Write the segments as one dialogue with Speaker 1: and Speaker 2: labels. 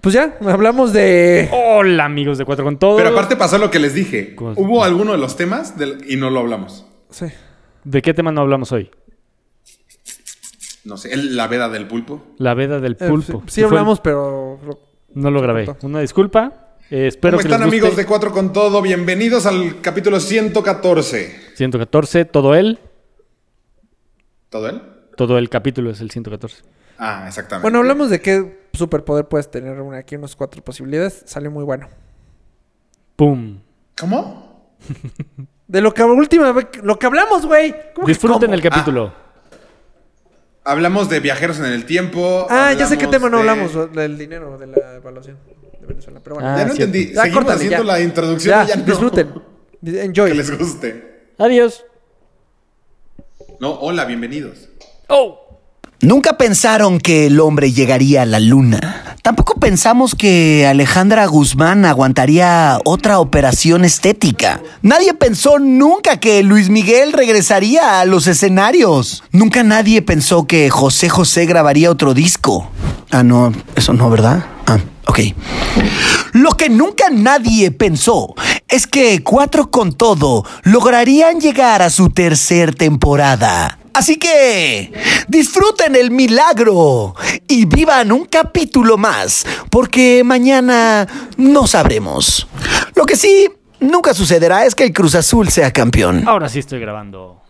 Speaker 1: Pues ya, hablamos de.
Speaker 2: Hola, amigos de Cuatro con Todo.
Speaker 3: Pero aparte pasó lo que les dije.
Speaker 2: ¿Cómo?
Speaker 3: Hubo alguno de los temas del- y no lo hablamos.
Speaker 1: Sí. Eh,
Speaker 2: ¿De qué tema no hablamos hoy?
Speaker 3: No sé, el- la veda del pulpo.
Speaker 2: La veda del
Speaker 1: Eh,
Speaker 2: pulpo.
Speaker 1: sí-
Speaker 2: Que
Speaker 1: Sí,
Speaker 2: fue-
Speaker 1: hablamos, pero.
Speaker 2: No lo grabé. Una disculpa. Eh, espero
Speaker 3: ¿Cómo
Speaker 2: que
Speaker 3: están
Speaker 2: les guste.
Speaker 3: amigos de Cuatro con Todo? Bienvenidos al capítulo 114.
Speaker 2: 114, todo él.
Speaker 3: ¿Todo él?
Speaker 2: Todo el capítulo es el 114.
Speaker 3: Ah, exactamente.
Speaker 1: Bueno, hablamos de qué superpoder puedes tener. Una, aquí unas cuatro posibilidades. Salió muy bueno.
Speaker 2: ¡Pum!
Speaker 3: ¿Cómo?
Speaker 1: De lo que última vez. Lo que hablamos, güey. ¿Cómo que
Speaker 2: Disfruten
Speaker 1: cómo?
Speaker 2: el capítulo.
Speaker 3: Hablamos de viajeros en el tiempo.
Speaker 1: Ah, ya sé qué tema no
Speaker 3: de-
Speaker 1: hablamos. Del dinero, de la evaluación de Venezuela. Pero bueno.
Speaker 2: Ah,
Speaker 3: ya no
Speaker 2: cierto.
Speaker 3: entendí.
Speaker 1: Ya,
Speaker 3: Seguimos
Speaker 1: córtale,
Speaker 3: haciendo
Speaker 1: ya.
Speaker 3: la introducción
Speaker 1: Ya,
Speaker 3: y ya no.
Speaker 1: disfruten. Enjoy.
Speaker 3: Que les guste.
Speaker 2: Adiós.
Speaker 3: No, hola, bienvenidos.
Speaker 2: ¡Oh!
Speaker 4: Nunca pensaron que el hombre llegaría a la luna. Tampoco pensamos que Alejandra Guzmán aguantaría otra operación estética. Nadie pensó nunca que Luis Miguel regresaría a los escenarios. Nunca nadie pensó que José José grabaría otro disco. Ah, no, eso no, ¿verdad? Ah, ok. Lo que nunca nadie pensó es que Cuatro con Todo lograrían llegar a su tercer temporada. Así que disfruten el milagro y vivan un capítulo más, porque mañana no sabremos. Lo que sí nunca sucederá es que el Cruz Azul sea campeón.
Speaker 2: Ahora sí estoy grabando.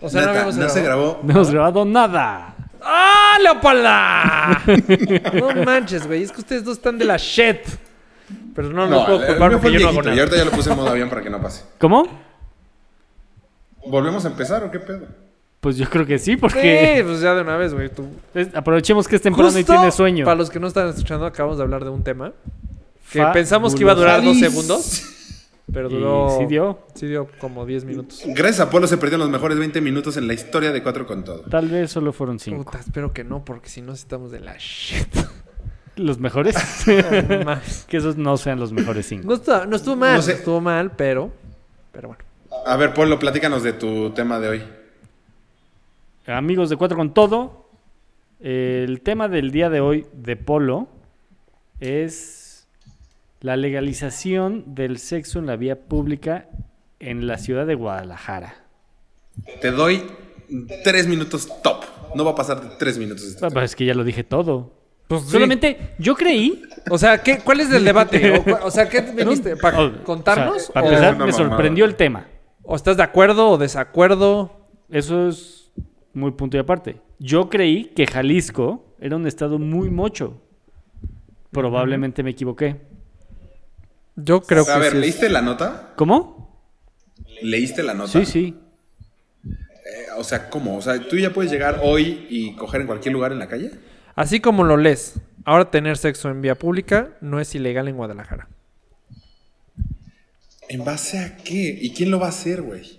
Speaker 1: O sea,
Speaker 3: Neta,
Speaker 1: no habíamos
Speaker 3: se
Speaker 1: grabado.
Speaker 3: grabó.
Speaker 2: No hemos grabado nada.
Speaker 1: ¡Ah, Leopolda! no manches, güey. Es que ustedes dos están de la shit. Pero no, los
Speaker 3: No,
Speaker 1: puedo
Speaker 3: el- el
Speaker 1: culpar
Speaker 3: mío fue
Speaker 1: porque
Speaker 3: el
Speaker 1: yo no hago
Speaker 3: viejito. Y
Speaker 1: nada.
Speaker 3: ahorita ya lo puse en modo avión para que no pase.
Speaker 2: ¿Cómo?
Speaker 3: ¿Volvemos a empezar o qué pedo?
Speaker 2: Pues yo creo que sí,
Speaker 1: Sí,
Speaker 2: porque
Speaker 1: pues ya de una vez, güey. Tú.
Speaker 2: es- aprovechemos que es temprano y
Speaker 1: Justo
Speaker 2: tiene sueño.
Speaker 1: Para los que no están escuchando, acabamos de hablar de un tema que
Speaker 2: Fabuloso.
Speaker 1: pensamos que iba a durar dos
Speaker 3: Feliz.
Speaker 1: segundos, pero
Speaker 2: Y
Speaker 1: duró.
Speaker 2: sí dio.
Speaker 1: Sí dio como 10 minutos.
Speaker 3: Gracias a Polo se perdieron los mejores 20 minutos en la historia de Cuatro con Todo.
Speaker 2: Tal vez solo fueron cinco.
Speaker 1: Puta, espero que no, porque si no, sí estamos de la shit.
Speaker 2: ¿Los mejores?
Speaker 1: No mames.
Speaker 2: que esos no sean los mejores cinco.
Speaker 1: No estuvo, no estuvo mal,
Speaker 3: No sé.
Speaker 1: no estuvo mal, pero. Pero bueno.
Speaker 3: A ver, Polo, platícanos de tu tema de hoy.
Speaker 2: Amigos de Cuatro con Todo, el tema del día de hoy de Polo es la legalización del sexo en la vía pública en la ciudad de Guadalajara.
Speaker 3: Te doy tres minutos top. No va a pasar de tres minutos. este
Speaker 2: Ah,
Speaker 3: tema.
Speaker 2: pues es que ya lo dije todo.
Speaker 1: Pues sí.
Speaker 2: Solamente yo creí...
Speaker 1: O sea, ¿qué, ¿cuál es el debate? O, cu- o sea, ¿qué viniste?
Speaker 2: Oh,
Speaker 1: ¿Para
Speaker 2: o
Speaker 1: contarnos?
Speaker 2: sea, para
Speaker 1: o-
Speaker 2: empezar,
Speaker 3: Una
Speaker 2: me
Speaker 3: mamada.
Speaker 2: sorprendió el tema.
Speaker 1: ¿O estás de acuerdo o desacuerdo?
Speaker 2: Eso es muy punto y aparte. Yo creí que Jalisco era un estado muy mocho. Probablemente me equivoqué.
Speaker 1: Yo creo
Speaker 3: a
Speaker 1: que
Speaker 3: ver,
Speaker 1: sí.
Speaker 3: ¿leíste la nota?
Speaker 2: ¿Cómo?
Speaker 3: ¿Leíste la nota?
Speaker 2: Sí, sí.
Speaker 3: Eh, o sea, ¿cómo? O sea, ¿tú ya puedes llegar hoy y coger en cualquier lugar en la calle?
Speaker 1: Así como lo lees, ahora tener sexo en vía pública no es ilegal en Guadalajara.
Speaker 3: ¿En base a qué? ¿Y quién lo va a hacer, güey?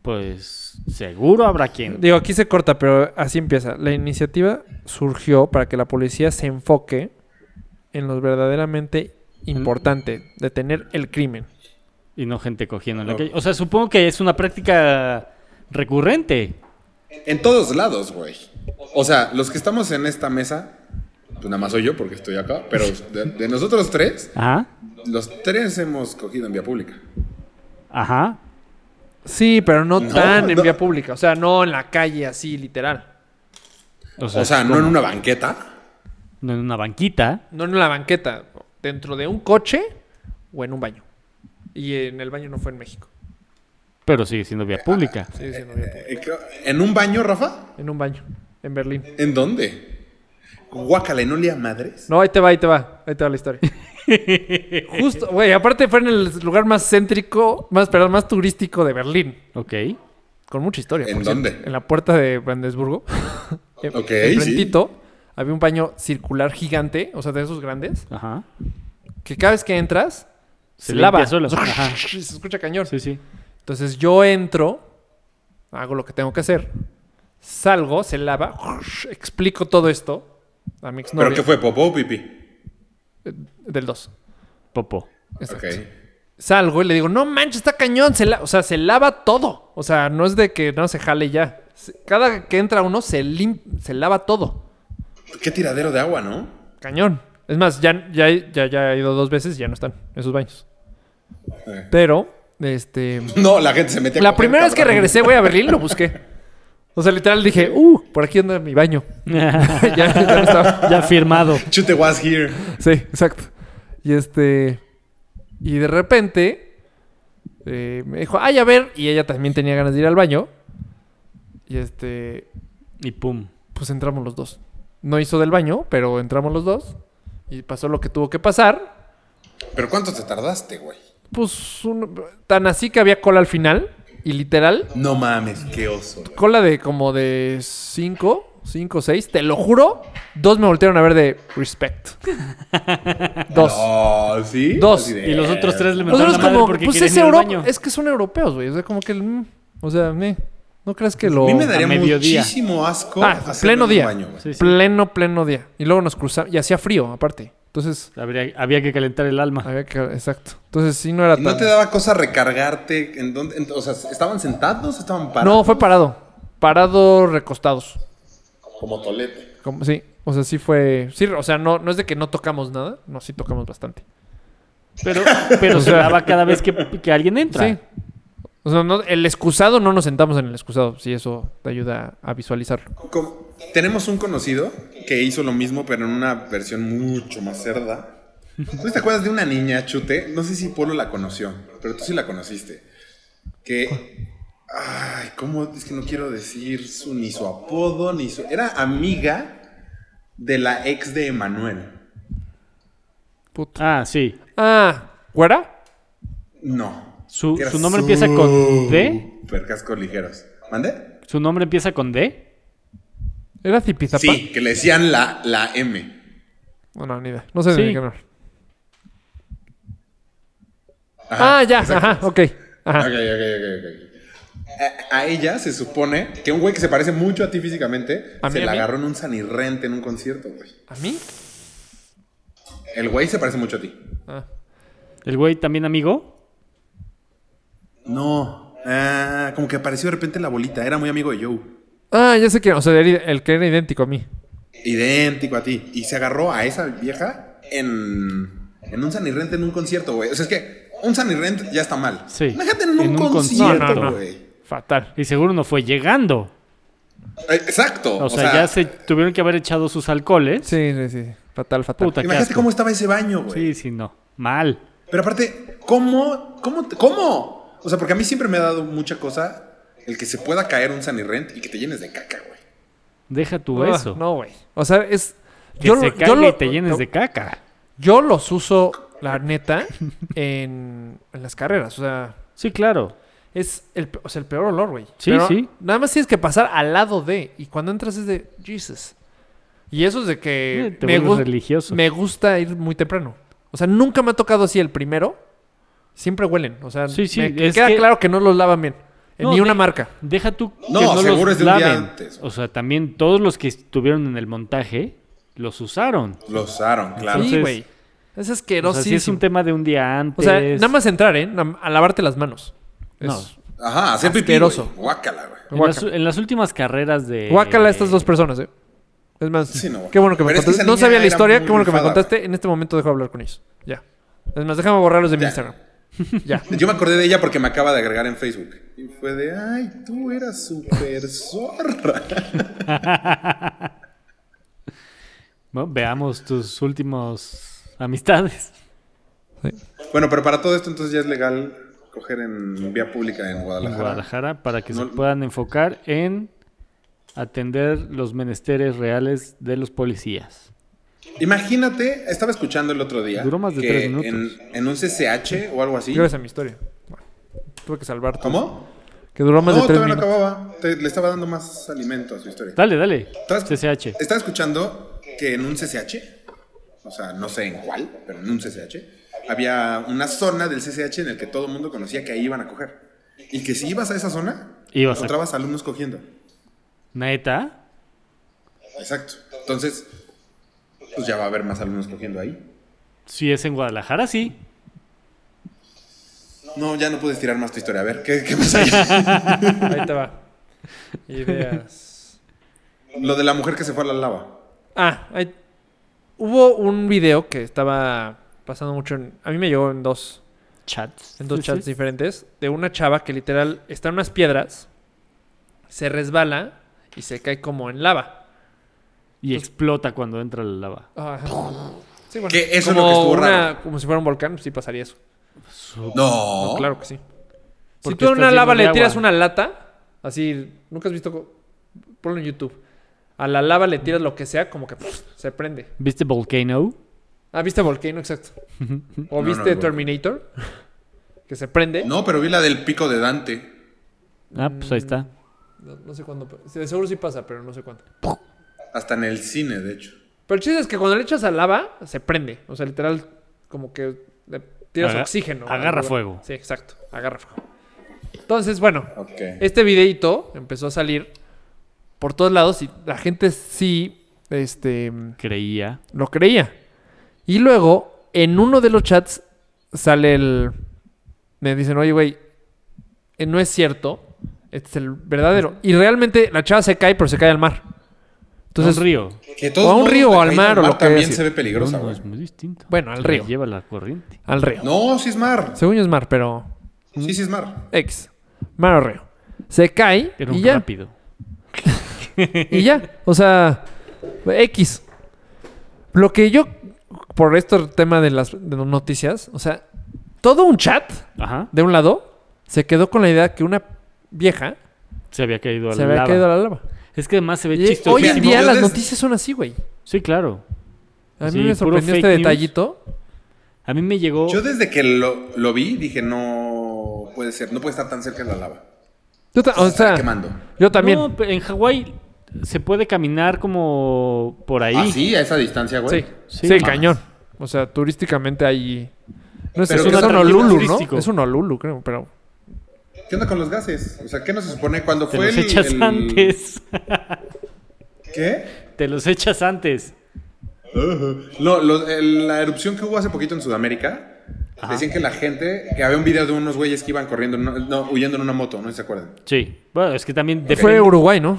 Speaker 2: Pues seguro habrá quien.
Speaker 1: Digo, aquí se corta, pero así empieza. La iniciativa surgió para que la policía se enfoque en lo verdaderamente importante, detener el crimen.
Speaker 2: Y no gente cogiendo en la calle. O sea, supongo que es una práctica recurrente.
Speaker 3: En todos lados, güey. O sea, los que estamos en esta mesa, pues nada más soy yo porque estoy acá, pero de, de nosotros tres,
Speaker 2: Ajá.
Speaker 3: los tres hemos cogido en vía pública.
Speaker 2: Ajá.
Speaker 1: Sí, pero no,
Speaker 3: No,
Speaker 1: tan en
Speaker 3: no.
Speaker 1: vía pública, o sea, no en la calle así, literal.
Speaker 2: O sea,
Speaker 3: O sea, no en una banqueta.
Speaker 2: no en una banquita.
Speaker 1: No en la banqueta, dentro de un coche o en un baño. Y en el baño no fue en México.
Speaker 2: Pero sigue siendo vía pública.
Speaker 1: Sigue siendo vía pública.
Speaker 3: Eh, creo- ¿En un baño, Rafa?
Speaker 1: En un baño, en Berlín.
Speaker 3: ¿En dónde? Guácala, ¿no olía a madres?
Speaker 1: No, ahí te va, ahí te va. Ahí te va la historia. Justo, güey, aparte fue en el lugar más céntrico, más, perdón, más turístico de Berlín.
Speaker 2: Ok.
Speaker 1: Con mucha historia.
Speaker 3: ¿En
Speaker 1: por cierto.
Speaker 3: dónde?
Speaker 1: En la puerta de Brandesburgo. En-
Speaker 3: Ok,
Speaker 1: enfrentito había un baño circular gigante, o sea, de esos grandes,
Speaker 2: Ajá.
Speaker 1: que cada vez que entras,
Speaker 2: Se
Speaker 1: se,
Speaker 2: limpia
Speaker 1: lava.
Speaker 2: solo. Ajá.
Speaker 1: Se escucha cañón.
Speaker 2: Sí, sí.
Speaker 1: Entonces yo entro, hago lo que tengo que hacer, salgo, se lava, explico todo esto a mi
Speaker 3: ¿Pero
Speaker 1: exnovia
Speaker 3: qué fue, popó o pipí?
Speaker 1: eh, del 2.
Speaker 2: Popo.
Speaker 3: Ok.
Speaker 1: Salgo y le digo, no manches, está cañón. Se la- o sea, se lava todo. O sea, no es de que no se jale y ya. Se- Cada que entra uno, se, lim- se lava todo.
Speaker 3: Qué tiradero de agua, ¿no?
Speaker 1: Cañón. Es más, ya, ya, ya, ya he ido dos veces y ya no están en sus baños.
Speaker 3: Eh.
Speaker 1: Pero, este.
Speaker 3: No, la gente se mete a
Speaker 1: La
Speaker 3: coger,
Speaker 1: primera vez que
Speaker 3: cabrón.
Speaker 1: regresé, güey, a Berlín, lo busqué. O sea, literal dije, uh, por aquí anda mi baño. ya, ya no estaba.
Speaker 2: ya firmado.
Speaker 3: Chute was here.
Speaker 1: Sí, exacto. Y este. Y de repente. eh, me dijo, ay, a ver. Y ella también tenía ganas de ir al baño. Y este.
Speaker 2: Y pum.
Speaker 1: Pues entramos los dos. No hizo del baño, pero entramos los dos. Y pasó lo que tuvo que pasar.
Speaker 3: Pero ¿cuánto te tardaste, güey?
Speaker 1: Pues un- tan así que había cola al final. Y literal,
Speaker 3: No mames, qué oso.
Speaker 1: cola de como de 5, 5, 6. Te lo juro, dos me voltearon a ver de respect. Dos.
Speaker 3: No, ¿sí?
Speaker 1: Dos.
Speaker 3: Así de-
Speaker 2: Y los otros tres le metieron
Speaker 1: Nosotros
Speaker 2: la madre
Speaker 1: como,
Speaker 2: porque
Speaker 1: pues
Speaker 2: quieren
Speaker 1: es
Speaker 2: ir al
Speaker 1: Europa,
Speaker 2: baño.
Speaker 1: es que son europeos, güey. O sea, como que, el, mm, o sea, me, no crees que lo...
Speaker 3: A mí me daría
Speaker 2: a mediodía.
Speaker 3: muchísimo asco.
Speaker 1: Ah,
Speaker 3: hacerme
Speaker 1: pleno
Speaker 3: en un
Speaker 1: día.
Speaker 3: baño, güey.
Speaker 2: Sí, sí.
Speaker 1: Pleno, pleno día. Y luego nos cruzamos, y hacía frío, aparte. Entonces,
Speaker 2: Habría- había que calentar el alma.
Speaker 1: había que, exacto. Entonces sí no era
Speaker 3: ¿Y
Speaker 1: tan...
Speaker 3: ¿No te daba cosa recargarte? ¿En dónde? en- o sea, ¿estaban sentados? ¿Estaban parados?
Speaker 1: No, fue parado. Parado, recostados.
Speaker 3: Como tolete.
Speaker 1: Como, sí, o sea, sí fue... Sí, o sea, no, no es de que no tocamos nada. No, sí tocamos bastante.
Speaker 2: Pero, pero se daba cada vez que, que alguien entra.
Speaker 1: Sí. O sea, no- el excusado no nos sentamos en el excusado. Si eso te ayuda a visualizarlo.
Speaker 3: Com- tenemos un conocido que hizo lo mismo, pero en una versión mucho más cerda. ¿No te acuerdas de una niña, Chute? No sé si Polo la conoció, pero tú sí la conociste. Que. Ay, ¿cómo? Es que no quiero decir su, ni su apodo, ni su. Era amiga de la ex de Emanuel.
Speaker 1: Puta.
Speaker 2: Ah, sí.
Speaker 1: Ah, ¿cuera?
Speaker 3: No.
Speaker 2: Su,
Speaker 3: Era
Speaker 2: su nombre empieza con D.
Speaker 3: Super cascos ligeros. ¿Mande?
Speaker 2: Su nombre empieza con D.
Speaker 1: ¿Era Zipitapa?
Speaker 3: Sí, que le decían la, la M.
Speaker 1: No, no, ni idea. No sé
Speaker 2: Sí.
Speaker 1: de qué hablar.
Speaker 3: Ajá,
Speaker 1: ah, ya.
Speaker 3: exacto.
Speaker 1: Ajá, ok. Ajá.
Speaker 3: Ok, ok, ok, ok. A, a ella se supone que un güey que se parece mucho a ti físicamente
Speaker 1: ¿A
Speaker 3: se
Speaker 1: mí, a
Speaker 3: la
Speaker 1: mí?
Speaker 3: agarró en un sanirrente en un concierto, güey.
Speaker 1: ¿A mí?
Speaker 3: El güey se parece mucho a ti.
Speaker 1: Ah.
Speaker 2: El güey también amigo.
Speaker 3: No. Ah, como que apareció de repente la bolita. Era muy amigo de Joe.
Speaker 1: Ah, ya sé quién. O sea, el, el que era idéntico a mí.
Speaker 3: Idéntico a ti. Y se agarró a esa vieja en, en un sanirrente en un concierto, güey. O sea, es que un sanirrente ya está mal.
Speaker 2: Sí.
Speaker 3: Imagínate en un,
Speaker 2: En un
Speaker 3: concierto,
Speaker 1: No, no, no.
Speaker 3: güey.
Speaker 1: Fatal.
Speaker 2: Y seguro no fue llegando.
Speaker 3: Eh, Exacto.
Speaker 2: O, sea, ya se tuvieron que haber echado sus alcoholes.
Speaker 1: Sí, sí, sí. Fatal, fatal.
Speaker 2: Puta, qué
Speaker 3: Imagínate
Speaker 2: asco.
Speaker 3: cómo estaba ese baño,
Speaker 2: Sí,
Speaker 3: güey.
Speaker 2: sí, no. Mal.
Speaker 3: Pero aparte, ¿cómo? ¿Cómo? te- ¿Cómo? O sea, porque a mí siempre me ha dado mucha cosa el que se pueda caer un sanirrent y que te llenes de caca, güey.
Speaker 2: Deja tu
Speaker 1: Ah,
Speaker 2: eso.
Speaker 1: No, güey. O sea, es...
Speaker 2: Que
Speaker 1: yo
Speaker 2: se
Speaker 1: lo- yo
Speaker 2: caiga
Speaker 1: lo-
Speaker 2: y te llenes
Speaker 1: no,
Speaker 2: de caca.
Speaker 1: Yo los uso, la neta, en, en las carreras. O sea,
Speaker 2: Sí, claro.
Speaker 1: es el, pe- o sea, el peor olor, güey.
Speaker 2: Sí, sí.
Speaker 1: Nada más tienes que pasar al lado de. Y cuando entras es de Jesus. Y eso es de que
Speaker 2: Eh, te
Speaker 1: me,
Speaker 2: vuelves
Speaker 1: gus-
Speaker 2: religioso.
Speaker 1: me gusta ir muy temprano. O sea, nunca me ha tocado así el primero. Siempre huelen. O sea,
Speaker 2: Sí, sí,
Speaker 1: me
Speaker 2: es
Speaker 1: queda
Speaker 2: que-
Speaker 1: claro que no los lavan bien. Eh,
Speaker 2: No,
Speaker 1: ni una
Speaker 2: de-
Speaker 1: marca.
Speaker 2: Deja tú
Speaker 3: No,
Speaker 2: que no
Speaker 3: seguro
Speaker 2: los
Speaker 3: es de un día
Speaker 2: laven.
Speaker 3: antes.
Speaker 2: O sea, también todos los que estuvieron en el montaje los usaron.
Speaker 3: Lo usaron, claro.
Speaker 1: sí,
Speaker 2: Entonces-
Speaker 1: güey. Es
Speaker 2: o
Speaker 1: asqueroso.
Speaker 2: sea, sí es un tema de un día antes.
Speaker 1: O sea, nada más entrar, ¿eh? Nam- A lavarte las manos.
Speaker 2: No.
Speaker 1: Es-
Speaker 3: Ajá, hacer pipí, güey.
Speaker 1: Asqueroso.
Speaker 3: Guácala, güey.
Speaker 2: En las, en las últimas carreras de.
Speaker 1: Guácala a estas dos personas, ¿eh? Es más,
Speaker 3: Sí, no, güey.
Speaker 1: qué bueno que me
Speaker 3: Pero es que
Speaker 1: contaste.
Speaker 3: esa
Speaker 1: no
Speaker 3: niña
Speaker 1: sabía la
Speaker 3: era
Speaker 1: historia,
Speaker 3: muy
Speaker 1: qué bueno que me
Speaker 3: rifada,
Speaker 1: contaste. En este momento dejo de hablar con ellos. Ya. Es más, déjame borrarlos de mi
Speaker 3: Ya.
Speaker 1: Instagram. Ya.
Speaker 3: Yo me acordé de ella porque me acaba de agregar en Facebook. Y fue de, ay, tú eras súper zorra.
Speaker 2: Bueno, veamos tus últimos amistades.
Speaker 3: bueno, pero para todo esto entonces ya es legal coger en vía pública en Guadalajara.
Speaker 2: en Guadalajara para que
Speaker 3: No-
Speaker 2: se puedan enfocar en atender los menesteres reales de los policías.
Speaker 3: Imagínate, estaba escuchando el otro día.
Speaker 2: Duró más de
Speaker 3: que
Speaker 2: tres minutos.
Speaker 3: En, en un CCH o algo así.
Speaker 1: Gracias a mi historia. Bueno, tuve que salvar todo.
Speaker 3: ¿Cómo?
Speaker 1: Que duró más
Speaker 3: no,
Speaker 1: de tres
Speaker 3: todavía no
Speaker 1: minutos.
Speaker 3: acababa. Te- le estaba dando más alimento a su historia.
Speaker 2: Dale, dale.
Speaker 3: ¿Estás-
Speaker 2: CCH.
Speaker 3: Estaba escuchando que en un CCH, o sea, no sé en cuál, pero en un CCH, había una zona del CCH en el que todo el mundo conocía que ahí iban a coger. Y que si ibas a esa zona,
Speaker 2: Ibas a-
Speaker 3: encontrabas alumnos cogiendo.
Speaker 2: Neta.
Speaker 3: Exacto. Entonces, pues ya va a haber más alumnos cogiendo ahí.
Speaker 2: Si es en Guadalajara, sí.
Speaker 3: No, ya no puedes tirar más tu historia. A ver, ¿qué, qué pasa ahí?
Speaker 1: Ahí te va. Ideas.
Speaker 3: Lo de la mujer que se fue a la lava.
Speaker 1: Ah, ahí- Hubo un video que estaba pasando mucho en... A mí me llegó en dos,
Speaker 2: Chats.
Speaker 1: en dos
Speaker 2: Sí,
Speaker 1: chats
Speaker 2: sí.
Speaker 1: diferentes. De una chava que literal está en unas piedras, se resbala y se cae como en lava.
Speaker 2: Y explota cuando entra la lava.
Speaker 1: Ajá. Sí, bueno,
Speaker 3: Que eso es lo
Speaker 1: como
Speaker 3: que estuvo raro.
Speaker 1: Como si fuera un volcán, sí pasaría eso.
Speaker 3: No.
Speaker 1: No, claro que sí. si
Speaker 2: Porque
Speaker 1: tú a
Speaker 2: está
Speaker 1: una
Speaker 2: lleno
Speaker 1: lava
Speaker 2: de
Speaker 1: le tiras
Speaker 2: agua.
Speaker 1: una lata, así, nunca has visto, co- ponlo en YouTube. A la lava le tiras lo que sea, como que pf, se prende.
Speaker 2: ¿Viste Volcano?
Speaker 1: Ah, viste Volcano, exacto. O
Speaker 3: No,
Speaker 1: viste
Speaker 3: no, el
Speaker 1: Terminator, que se prende.
Speaker 3: No, pero vi la del pico de Dante.
Speaker 2: Ah, pues ahí está.
Speaker 1: No, no sé cuándo. pero- De seguro sí pasa, pero no sé cuándo.
Speaker 3: Hasta en el cine, de hecho.
Speaker 1: Pero el chiste es que cuando le echas a lava, se prende. O sea, literal, como que le tiras
Speaker 2: Aga-
Speaker 1: oxígeno.
Speaker 2: agarra
Speaker 1: Algo-
Speaker 2: fuego.
Speaker 1: Sí, exacto, agarra fuego. Entonces, bueno,
Speaker 3: Ok.
Speaker 1: este videito empezó a salir por todos lados y la gente sí este,
Speaker 2: Creía.
Speaker 1: lo creía. Y luego, en uno de los chats sale el... Me dicen, oye, güey, eh, no es cierto, este es el verdadero. Y realmente la chava se cae, pero se cae al mar.
Speaker 2: Entonces,
Speaker 1: Entonces,
Speaker 2: río.
Speaker 3: Que de todos
Speaker 1: O a un
Speaker 3: modos,
Speaker 1: río o
Speaker 3: la
Speaker 1: al
Speaker 3: caída
Speaker 1: mar o lo que
Speaker 3: También
Speaker 1: sea.
Speaker 3: se ve peligrosa,
Speaker 2: No, no,
Speaker 3: güey.
Speaker 2: es muy distinto.
Speaker 1: Bueno, al
Speaker 2: La
Speaker 1: río.
Speaker 2: Lleva la corriente.
Speaker 1: al río.
Speaker 3: No, sí es mar.
Speaker 1: Según yo es mar, pero...
Speaker 3: Sí, sí es mar.
Speaker 1: Ex. Mar o río. Se cae
Speaker 2: Era
Speaker 1: y
Speaker 2: un
Speaker 1: ya.
Speaker 2: rápido.
Speaker 1: Y ya, o sea, X. Lo que yo, por esto tema de las de las noticias, o sea, todo un chat
Speaker 2: Ajá.
Speaker 1: de un lado se quedó con la idea que una vieja
Speaker 2: Se había caído a
Speaker 1: se
Speaker 2: la
Speaker 1: había
Speaker 2: lava.
Speaker 1: caído a la lava.
Speaker 2: Es que además se ve
Speaker 1: Y
Speaker 2: chistoso.
Speaker 1: hoy en
Speaker 3: Mira,
Speaker 1: día
Speaker 3: yo
Speaker 1: las
Speaker 3: des-
Speaker 1: noticias son así, güey.
Speaker 2: Sí, claro.
Speaker 1: A mí
Speaker 2: Sí,
Speaker 1: me
Speaker 2: puro
Speaker 1: sorprendió
Speaker 2: fake
Speaker 1: este
Speaker 2: news.
Speaker 1: detallito.
Speaker 2: A mí me llegó.
Speaker 3: Yo desde que lo, lo vi dije, no puede ser, no puede estar tan cerca de la lava.
Speaker 1: Yo ta- o
Speaker 3: Se está
Speaker 1: sea,
Speaker 3: quemando.
Speaker 1: yo también.
Speaker 2: No, pero en Hawái se puede caminar como por ahí.
Speaker 3: Ah, sí, a esa distancia, güey.
Speaker 1: sí,
Speaker 2: Sí,
Speaker 1: sí,
Speaker 2: mames.
Speaker 1: cañón. O sea, turísticamente hay... No sé, es, un-
Speaker 3: Pero es
Speaker 1: es un
Speaker 3: atractivo
Speaker 1: Honolulu,
Speaker 2: turístico.
Speaker 1: ¿no? Es un Honolulu, creo, pero...
Speaker 3: ¿Qué onda con los gases? O sea, ¿qué nos supone cuando
Speaker 2: Te
Speaker 3: fue
Speaker 2: los
Speaker 3: el,
Speaker 2: echas
Speaker 3: el-
Speaker 2: antes.
Speaker 3: ¿Qué?
Speaker 2: Te los echas antes.
Speaker 3: No, los- el- la erupción que hubo hace poquito en Sudamérica, decían que la gente, que había un video de unos güeyes que iban corriendo, en una- no, huyendo en una moto, no sé si se acuerdan.
Speaker 2: Sí. Bueno, es que también depende.
Speaker 1: Fue Uruguay, ¿no?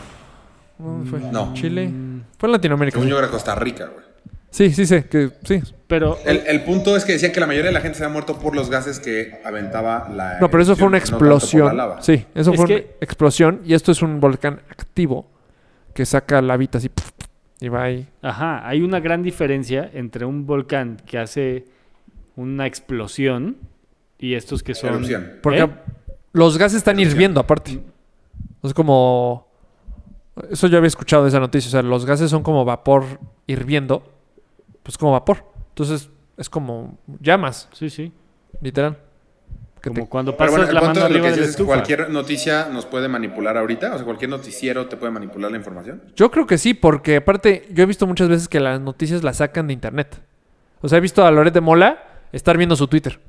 Speaker 2: Mm,
Speaker 1: ¿Dónde fue?
Speaker 3: No.
Speaker 1: Chile. Fue en Latinoamérica.
Speaker 3: Según yo era Costa Rica, güey.
Speaker 1: Sí, sí sé, que sí.
Speaker 2: Pero
Speaker 3: El, el punto es que decían que la mayoría de la gente se había muerto por los gases que aventaba la.
Speaker 1: No, pero eso fue una
Speaker 3: erupción, no tanto por la
Speaker 1: explosión.
Speaker 3: lava.
Speaker 1: sí, eso
Speaker 2: Es
Speaker 1: fue una
Speaker 2: que-
Speaker 1: explosión y esto es un volcán activo que saca lavita así pf, pf, y va ahí.
Speaker 2: Ajá, hay una gran diferencia entre un volcán que hace una explosión y estos que son...
Speaker 3: Erupción.
Speaker 1: Porque
Speaker 2: ¿Eh?
Speaker 1: los gases están hirviendo aparte. Es como eso yo había escuchado de esa noticia, o sea, los gases son como vapor hirviendo, pues como vapor. Entonces es como llamas,
Speaker 2: Sí, sí.
Speaker 1: literal. Que te-
Speaker 2: Como cuando
Speaker 3: Pero
Speaker 2: pasas
Speaker 3: bueno, el
Speaker 2: la
Speaker 3: punto
Speaker 2: mano
Speaker 3: de lo
Speaker 2: arriba
Speaker 3: que
Speaker 2: de la
Speaker 3: dices es que
Speaker 2: estufa.
Speaker 3: cualquier noticia nos puede manipular ahorita, o sea, cualquier noticiero te puede manipular la información.
Speaker 1: Yo creo que sí, porque aparte yo he visto muchas veces que las noticias las sacan de internet. O sea, he visto a Loret de Mola estar viendo su Twitter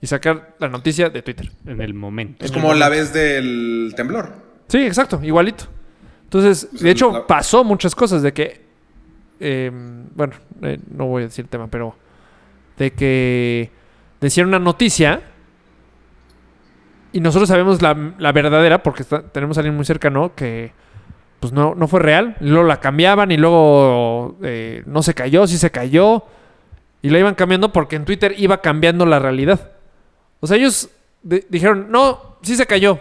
Speaker 1: y sacar la noticia de Twitter.
Speaker 2: En el momento.
Speaker 3: Es como la vez del temblor.
Speaker 1: Sí, exacto, igualito. Entonces, de hecho,
Speaker 3: la-
Speaker 1: pasó muchas cosas de que... eh, bueno, eh, no voy a decir el tema, pero... De que decían una noticia y nosotros sabemos la, la verdadera porque está- tenemos a alguien muy cercano que pues no, no fue real. Y luego la cambiaban y luego eh, no se cayó, sí se cayó. Y la iban cambiando porque en Twitter iba cambiando la realidad. O sea, ellos di- dijeron, no, sí se cayó.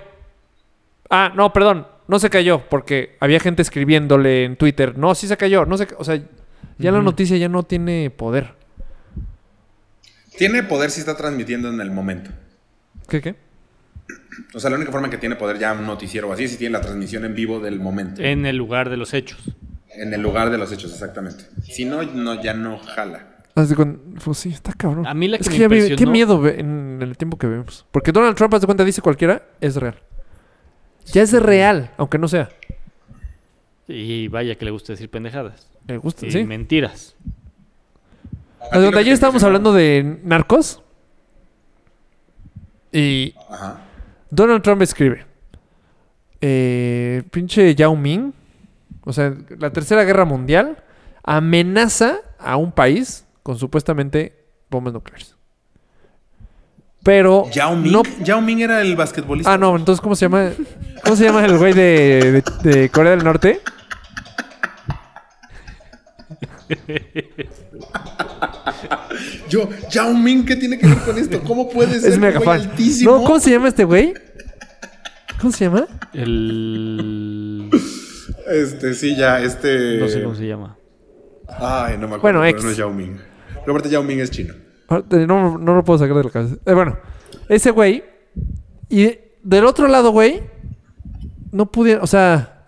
Speaker 1: Ah, no, perdón, no se cayó porque había gente escribiéndole en Twitter, no, sí se cayó, no se ca-". O sea, ya la
Speaker 2: Ujú.
Speaker 1: noticia ya no tiene poder.
Speaker 3: Tiene poder si está transmitiendo en el momento.
Speaker 1: ¿Qué, qué?
Speaker 3: O sea, la única forma en que tiene poder ya un noticiero o así es si tiene la transmisión en vivo del momento.
Speaker 2: En el lugar de los hechos.
Speaker 3: En el lugar de los hechos, exactamente. Si no, no ya no jala.
Speaker 1: Haz de cuen- pues sí, está cabrón.
Speaker 2: A mí la que
Speaker 1: es que
Speaker 2: me
Speaker 1: ya vi- qué
Speaker 2: impresionó-
Speaker 1: miedo ve- en el tiempo que vivimos. Porque Donald Trump, haz de cuenta, dice cualquiera, es real. Ya es real, aunque no sea.
Speaker 2: Y vaya que le gusta decir pendejadas.
Speaker 1: Me gusta,
Speaker 2: Y
Speaker 1: ¿sí?
Speaker 2: mentiras.
Speaker 3: A ti
Speaker 1: Haz de
Speaker 3: lo
Speaker 1: cuenta,
Speaker 3: que te
Speaker 1: ayer estábamos
Speaker 3: impresionó-
Speaker 1: hablando de narcos. Y
Speaker 3: Ajá.
Speaker 1: Donald Trump escribe. eh, pinche Yao Ming. O sea, la tercera guerra mundial amenaza a un país con supuestamente bombas nucleares. Pero
Speaker 3: Yao Ming.
Speaker 1: no
Speaker 3: Yao Ming era el basquetbolista.
Speaker 1: Ah, no, entonces, ¿cómo se llama? ¿Cómo se llama el güey de, de- de Corea del Norte?
Speaker 3: Yo, Yao Ming, ¿qué tiene que ver con esto? ¿Cómo puede ser
Speaker 1: Es mega
Speaker 3: güey
Speaker 1: fan.
Speaker 3: altísimo?
Speaker 1: No, ¿cómo se llama este güey? ¿Cómo se llama?
Speaker 2: El.
Speaker 3: Este, sí, ya, este.
Speaker 2: No sé cómo se llama.
Speaker 3: Ay, no me
Speaker 1: Bueno,
Speaker 3: acuerdo. pero
Speaker 1: ex.
Speaker 3: no es Yao Ming. Pero aparte, Yao Ming es chino.
Speaker 1: Ahorita Ah, No, no lo puedo sacar de la cabeza. Eh, bueno, ese güey. Y del otro lado, güey. No pudieron. O sea.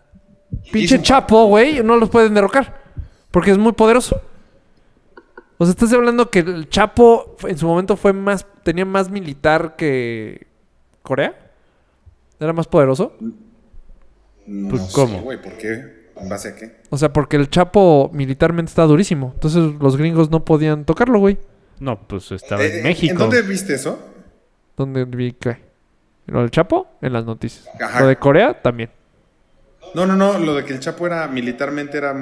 Speaker 1: Pinche
Speaker 3: Dicen-
Speaker 1: chapo, güey. No los pueden derrocar. Porque es muy poderoso. O sea, estás hablando que el Chapo en su momento fue más. tenía más militar que. Corea. Era más poderoso.
Speaker 3: No
Speaker 2: Pues,
Speaker 3: sé,
Speaker 2: ¿cómo?
Speaker 3: güey, ¿por qué? ¿En base a qué?
Speaker 1: O sea, porque el Chapo militarmente está durísimo. Entonces los gringos no podían tocarlo, güey.
Speaker 2: No, pues estaba
Speaker 3: Eh,
Speaker 2: en México.
Speaker 3: ¿En dónde viste eso?
Speaker 1: ¿Dónde vi que? Lo del Chapo, en las noticias.
Speaker 3: Ajá.
Speaker 1: Lo de Corea, también.
Speaker 3: No, no, no. Lo de que el Chapo era militarmente era.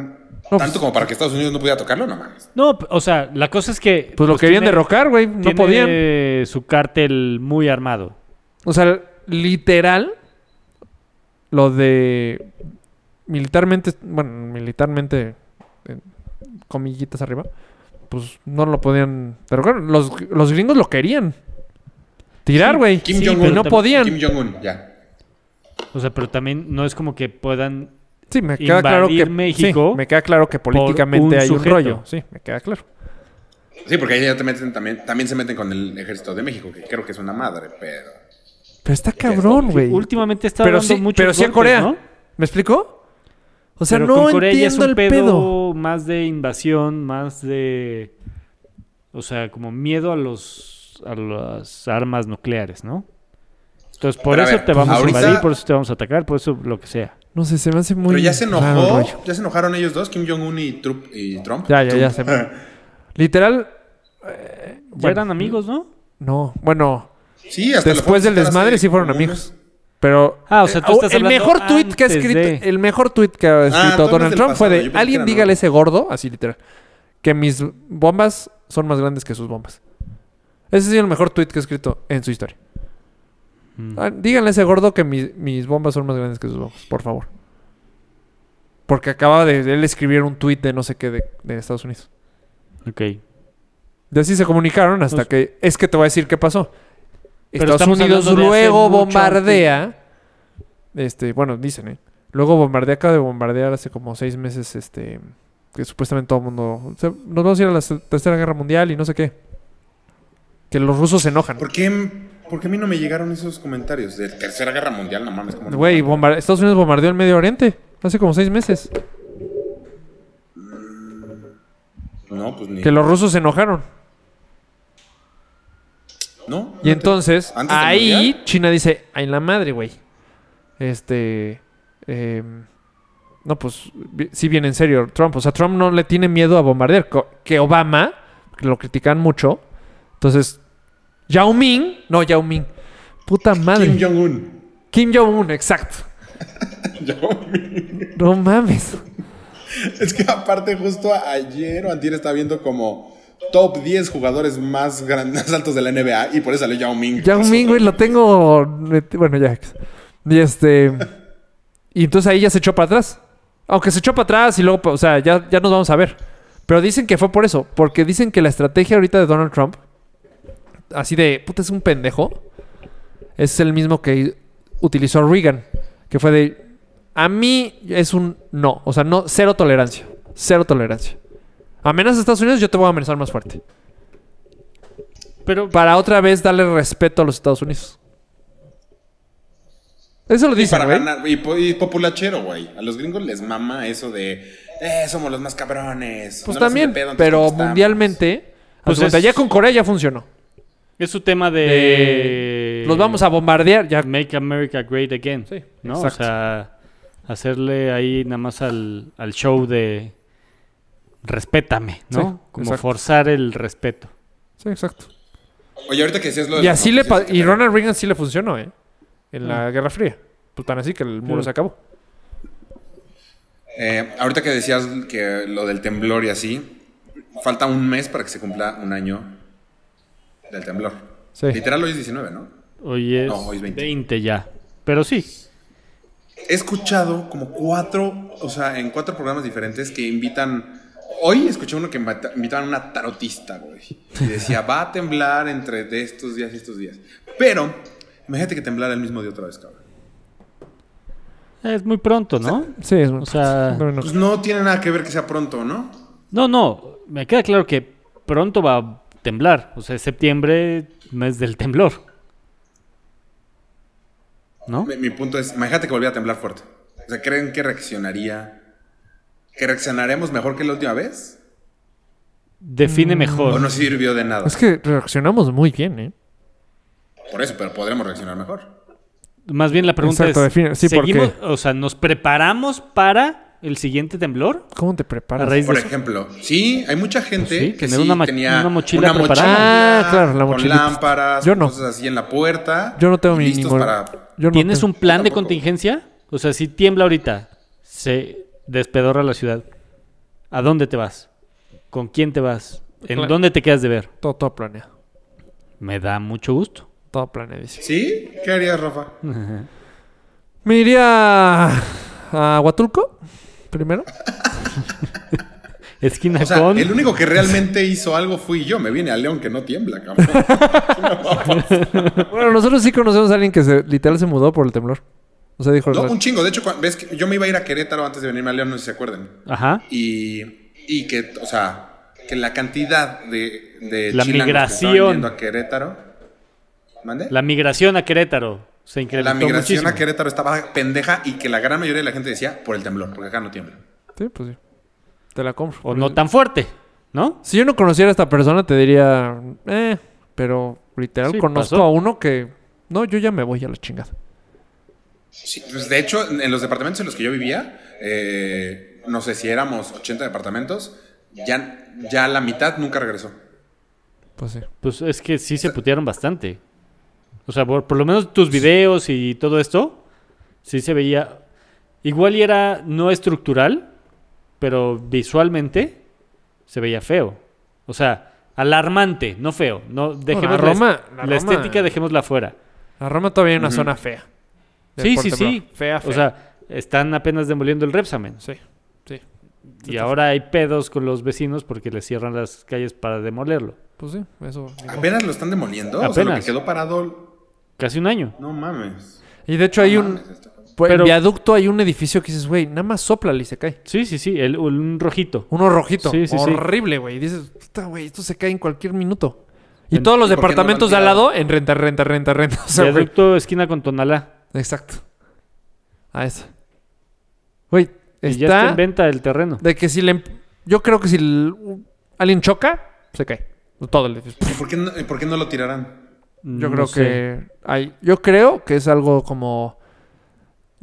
Speaker 1: pues-
Speaker 3: Tanto como para que Estados Unidos no pudiera tocarlo, no mames.
Speaker 2: No, p- o sea, la cosa es que.
Speaker 1: Pues lo querían
Speaker 2: tiene-
Speaker 1: derrocar, güey. No
Speaker 2: tiene
Speaker 1: podían.
Speaker 2: su cártel muy armado.
Speaker 1: O sea, literal, lo de militarmente, bueno, militarmente, eh, comillitas arriba, pues no lo podían derrocar. Los, los gringos lo querían. Tirar, güey.
Speaker 3: Kim
Speaker 1: Sí,
Speaker 3: Jong-un.
Speaker 1: pero no podían.
Speaker 3: Kim Jong-un, ya.
Speaker 2: O sea, pero también no es como que puedan.
Speaker 1: Sí, me queda claro que
Speaker 2: invadir México
Speaker 1: sí, me queda claro que
Speaker 2: por
Speaker 1: políticamente
Speaker 2: un
Speaker 1: hay
Speaker 2: sujeto.
Speaker 1: un rollo. Sí, me queda claro.
Speaker 3: Sí, porque ahí ya te meten también, también se meten con el ejército de México, que creo que es una madre, pero.
Speaker 1: Pero está cabrón, güey.
Speaker 2: Últimamente está
Speaker 1: Pero
Speaker 2: dando
Speaker 1: sí,
Speaker 2: muchos
Speaker 1: pero sí a
Speaker 2: golpes,
Speaker 1: Corea.
Speaker 2: ¿no?
Speaker 1: ¿Me explico? O sea,
Speaker 2: Pero
Speaker 1: no
Speaker 2: con Corea ya es
Speaker 1: entiendo
Speaker 2: un
Speaker 1: el
Speaker 2: pedo,
Speaker 1: pedo.
Speaker 2: más de invasión, más de o sea, como miedo a los a las armas nucleares, ¿no? Entonces, por
Speaker 3: Pero a
Speaker 2: eso
Speaker 3: ver,
Speaker 2: te vamos
Speaker 3: ahorita-
Speaker 2: a invadir, por eso te vamos a atacar, por eso lo que sea.
Speaker 1: No sé, se me hace muy.
Speaker 3: Pero ya se
Speaker 1: raro el
Speaker 3: enojó,
Speaker 1: rollo.
Speaker 3: ya se enojaron ellos dos, Kim Jong-un y, Trup- y Trump.
Speaker 1: Ya, ya, ya.
Speaker 3: Trump.
Speaker 1: se- Literal.
Speaker 2: Ya
Speaker 1: Bueno.
Speaker 2: eran amigos, ¿no?
Speaker 1: No, bueno.
Speaker 3: Sí, hasta la
Speaker 1: Después
Speaker 3: foto
Speaker 1: del
Speaker 3: está
Speaker 1: desmadre
Speaker 3: así
Speaker 1: sí fueron
Speaker 3: como
Speaker 1: amigos.
Speaker 3: unos-
Speaker 1: Pero.
Speaker 2: Ah, o sea, tú
Speaker 1: eh,
Speaker 2: estás
Speaker 1: el
Speaker 2: hablando
Speaker 1: mejor tweet que ha
Speaker 2: antes
Speaker 1: escrito.
Speaker 2: de-
Speaker 1: El mejor tweet que ha escrito
Speaker 3: tú hablas
Speaker 1: Donald
Speaker 3: Ah, del
Speaker 1: Trump fue
Speaker 3: pasado, yo
Speaker 1: de.
Speaker 3: pensé que
Speaker 1: Alguien
Speaker 3: era
Speaker 1: dígale a
Speaker 3: nuevo".
Speaker 1: ese gordo, así literal, que mis bombas son más grandes que sus bombas. Ese ha sido el mejor tweet que ha escrito en su historia.
Speaker 2: Mm.
Speaker 1: Ah, Díganle a ese gordo que mis, mis bombas son más grandes que sus bombas, por favor. Porque acaba de de él escribir un tweet de no sé qué de, de Estados Unidos.
Speaker 2: Ok.
Speaker 1: Y así se comunicaron hasta
Speaker 2: Pues-
Speaker 1: que... Es que te voy a decir qué pasó.
Speaker 2: Pero
Speaker 1: Estados
Speaker 2: estamos
Speaker 1: Unidos
Speaker 2: hablando de hace
Speaker 1: luego
Speaker 2: mucho
Speaker 1: bombardea... Este, bueno, dicen, ¿eh? Luego bombardea, acaba de bombardear hace como seis meses, este... Que supuestamente todo el mundo... o sea, nos vamos a ir a la se- Tercera Guerra Mundial y no sé qué. Que los rusos se enojan.
Speaker 3: ¿Por qué, por qué a mí no me llegaron esos comentarios? De Tercera Guerra Mundial, no mames. ¿cómo no?
Speaker 1: Güey, bombar- Estados Unidos bombardeó el Medio Oriente hace como seis meses.
Speaker 3: No, pues ni.
Speaker 1: Que los rusos se enojaron.
Speaker 3: No.
Speaker 1: Y entonces,
Speaker 3: ¿Antes del
Speaker 1: ahí
Speaker 3: mundial?
Speaker 1: China dice, ay, la madre, güey. Este... em, no, pues, vi- sí viene en serio Trump. O sea, Trump no le tiene miedo a bombardear. Co- Que Obama, que lo critican mucho. Entonces, Yao Ming... No, Yao Ming. Puta madre.
Speaker 3: Kim
Speaker 1: Kim,
Speaker 3: Jong-un.
Speaker 1: Jong-un, exacto.
Speaker 3: Yao Ming.
Speaker 1: No mames.
Speaker 3: Es que aparte, justo ayer o antier estaba viendo como top 10 jugadores más, grandes, más altos de la NBA y por eso salió Yao Ming.
Speaker 1: Yao Ming, güey, lo tengo. meti- Bueno, ya. Y este. Y entonces ahí ya se echó para atrás. Aunque se echó para atrás y luego, o sea, ya, ya nos vamos a ver. Pero dicen que fue por eso. Porque dicen que la estrategia ahorita de Donald Trump, así de puta, es un pendejo, es el mismo que utilizó Reagan. Que fue de. A mí es un no. O sea, no, cero tolerancia. Cero tolerancia. Amenaza a Estados Unidos, yo te voy a amenazar más fuerte.
Speaker 2: Pero
Speaker 1: Para otra vez darle respeto a los Estados Unidos. Eso lo
Speaker 3: Y
Speaker 1: dicen,
Speaker 3: para
Speaker 1: güey.
Speaker 3: ganar, y, po- y populachero, güey. A los gringos les mama eso de, eh, somos los más cabrones.
Speaker 1: Pues
Speaker 3: andamos de
Speaker 1: también,
Speaker 3: pedo, entonces
Speaker 1: pero
Speaker 3: conquistamos.
Speaker 1: mundialmente.
Speaker 2: Pues
Speaker 1: Pues
Speaker 2: es-
Speaker 1: ya con Corea ya funcionó.
Speaker 2: es su tema de,
Speaker 1: Eh, los vamos a bombardear. Ya.
Speaker 2: Make America Great Again.
Speaker 1: Sí,
Speaker 2: ¿no?
Speaker 1: exacto.
Speaker 2: O sea, hacerle ahí nada más al, al show de respétame, ¿no?
Speaker 1: Sí,
Speaker 2: Como
Speaker 1: exacto.
Speaker 2: forzar el respeto.
Speaker 1: Sí, exacto.
Speaker 3: Oye, ahorita que decías lo de
Speaker 1: Y
Speaker 3: las
Speaker 1: así le pa-
Speaker 3: noticias,
Speaker 1: y
Speaker 3: que-
Speaker 1: Ronald Reagan sí le funcionó, ¿eh? En la Guerra Fría. Pues tan así que el muro
Speaker 2: Ah. Sí.
Speaker 1: se acabó.
Speaker 3: Eh, ahorita que decías que lo del temblor y así, falta un mes para que se cumpla un año del temblor.
Speaker 1: Sí.
Speaker 3: Literal hoy es 19, ¿no?
Speaker 2: Hoy es,
Speaker 3: No, hoy es
Speaker 2: 20.
Speaker 3: 20.
Speaker 2: ya. Pero sí.
Speaker 3: He escuchado como cuatro, o sea, en cuatro programas diferentes que invitan Hoy escuché uno que invita- invitaban a una tarotista, güey. Y decía, va a temblar entre de estos días y estos días. Pero, imagínate que temblara el mismo día otra vez, cabrón.
Speaker 2: Es muy pronto, ¿no?
Speaker 1: Sí, es muy-
Speaker 2: sea-
Speaker 1: pero no.
Speaker 3: Pues no tiene nada que ver que sea pronto, ¿no?
Speaker 2: No, no, me queda claro que pronto va a temblar. O sea, septiembre, mes del temblor. ¿No?
Speaker 3: Mi, mi punto es, imagínate que volviera a temblar fuerte. O sea, ¿creen que reaccionaría? ¿Que reaccionaremos mejor que la última vez?
Speaker 2: Define
Speaker 1: Mm,
Speaker 3: ¿O
Speaker 2: mejor.
Speaker 3: no sirvió de nada?
Speaker 1: Es que reaccionamos muy bien, ¿eh?
Speaker 3: Por eso, pero podremos reaccionar mejor.
Speaker 2: Más bien la pregunta
Speaker 1: Exacto,
Speaker 2: es,
Speaker 1: define- sí, porque-
Speaker 2: ¿seguimos, o sea, ¿nos preparamos para el siguiente temblor?
Speaker 1: ¿Cómo te
Speaker 2: A
Speaker 1: preparas?
Speaker 2: raíz de
Speaker 3: Por
Speaker 2: eso?
Speaker 3: ejemplo, sí, hay mucha gente
Speaker 2: Sí,
Speaker 3: que
Speaker 2: tener
Speaker 3: sí
Speaker 2: una ma-
Speaker 3: tenía
Speaker 2: una mochila preparada.
Speaker 3: mochila
Speaker 1: Ah, claro, la
Speaker 3: con
Speaker 1: mochilita.
Speaker 3: lámparas,
Speaker 1: Yo
Speaker 3: con
Speaker 1: no.
Speaker 3: cosas así en la puerta.
Speaker 1: Yo no tengo
Speaker 3: y
Speaker 1: mi
Speaker 3: listos
Speaker 1: ningún-
Speaker 3: para
Speaker 1: Yo no
Speaker 2: ¿Tienes
Speaker 1: tengo-
Speaker 2: un plan de
Speaker 3: tampoco.
Speaker 2: contingencia? O sea, si tiembla ahorita, se despedorra la ciudad. ¿A dónde te vas? ¿Con quién te vas? ¿En
Speaker 1: Claro.
Speaker 2: dónde te quedas de ver?
Speaker 1: Todo, todo planeado.
Speaker 2: Me da mucho gusto.
Speaker 1: Todo planeadísimo.
Speaker 3: ¿Sí? ¿Qué harías, Rafa?
Speaker 1: Me iría a Huatulco primero.
Speaker 2: Esquina
Speaker 3: O sea,
Speaker 2: con...
Speaker 3: el único que realmente hizo algo fui yo. Me vine a León que no tiembla, cabrón.
Speaker 1: Bueno, nosotros sí conocemos a alguien que se, literal se mudó por el temblor. O sea, dijo...
Speaker 3: No, un chingo. De hecho, cua- ves que yo me iba a ir a Querétaro antes de venirme a León, no sé si se acuerdan.
Speaker 2: Ajá.
Speaker 3: Y, y que, o sea, que la cantidad de, de
Speaker 2: La
Speaker 3: chilangos que estaban
Speaker 2: migración.
Speaker 3: yendo a Querétaro. ¿Mande?
Speaker 2: La migración a Querétaro se incrementó
Speaker 3: La migración
Speaker 2: muchísimo.
Speaker 3: a Querétaro estaba pendeja y que la gran mayoría de la gente decía por el temblor, porque acá no tiembla.
Speaker 1: Sí, pues sí. Te la compro.
Speaker 2: O no tan fuerte, ¿no?
Speaker 1: Si yo no conociera a esta persona, te diría... Eh, pero literal
Speaker 2: Sí,
Speaker 1: conozco
Speaker 2: pasó.
Speaker 1: a uno que... No, yo ya me voy a la chingada.
Speaker 3: Sí, pues, de hecho, en los departamentos en los que yo vivía, eh, no sé si éramos 80 departamentos, ya, ya la mitad nunca regresó.
Speaker 1: Pues sí.
Speaker 2: Pues es que sí se putearon bastante. O sea, por, por lo menos tus videos y todo esto, sí se veía. Igual y era no estructural, pero visualmente se veía feo. O sea, alarmante, no feo. No, dejemos la,
Speaker 1: Roma-
Speaker 2: est-
Speaker 1: la
Speaker 2: la
Speaker 1: Roma-
Speaker 2: estética, dejémosla fuera.
Speaker 1: La Roma todavía hay una zona fea. de-
Speaker 2: Sí,
Speaker 1: por
Speaker 2: sí,
Speaker 1: temblor.
Speaker 2: sí.
Speaker 1: Fea, fea.
Speaker 2: O sea, están apenas demoliendo el Repsamen.
Speaker 1: Sí, sí.
Speaker 2: Y ahora hay pedos con los vecinos porque les cierran las calles para demolerlo.
Speaker 1: Pues sí, eso. ni modo.
Speaker 3: Apenas lo están demoliendo, o sea, lo que
Speaker 2: Apenas.
Speaker 3: quedó parado,
Speaker 2: Casi un año.
Speaker 3: no mames. este,
Speaker 1: Y de hecho hay un... Pues, En
Speaker 2: Pero-
Speaker 1: viaducto hay un edificio que dices, güey, nada más sopla y se cae.
Speaker 2: Sí, sí, sí, el, un rojito.
Speaker 1: Uno rojito.
Speaker 2: Sí, sí, sí.
Speaker 1: horrible, güey. Y Dices, puta, güey, esto se cae en cualquier minuto. Y todos los
Speaker 3: ¿Y por qué no lo
Speaker 1: departamentos de
Speaker 3: han
Speaker 1: al
Speaker 3: tirado?
Speaker 1: lado en renta, renta, renta, renta. O sea, güey,
Speaker 2: Viaducto esquina con Tonalá.
Speaker 1: Exacto. A esa. Güey,
Speaker 2: Y ya está
Speaker 1: está...
Speaker 2: en venta el terreno.
Speaker 1: de que si le... emp- Yo creo que si el- un- alguien choca, se cae. Todo el edificio. Mm,
Speaker 3: ¿Y por qué no, por qué no lo tirarán?
Speaker 1: Yo
Speaker 2: No
Speaker 1: creo
Speaker 2: sé.
Speaker 1: que hay, yo creo que es algo como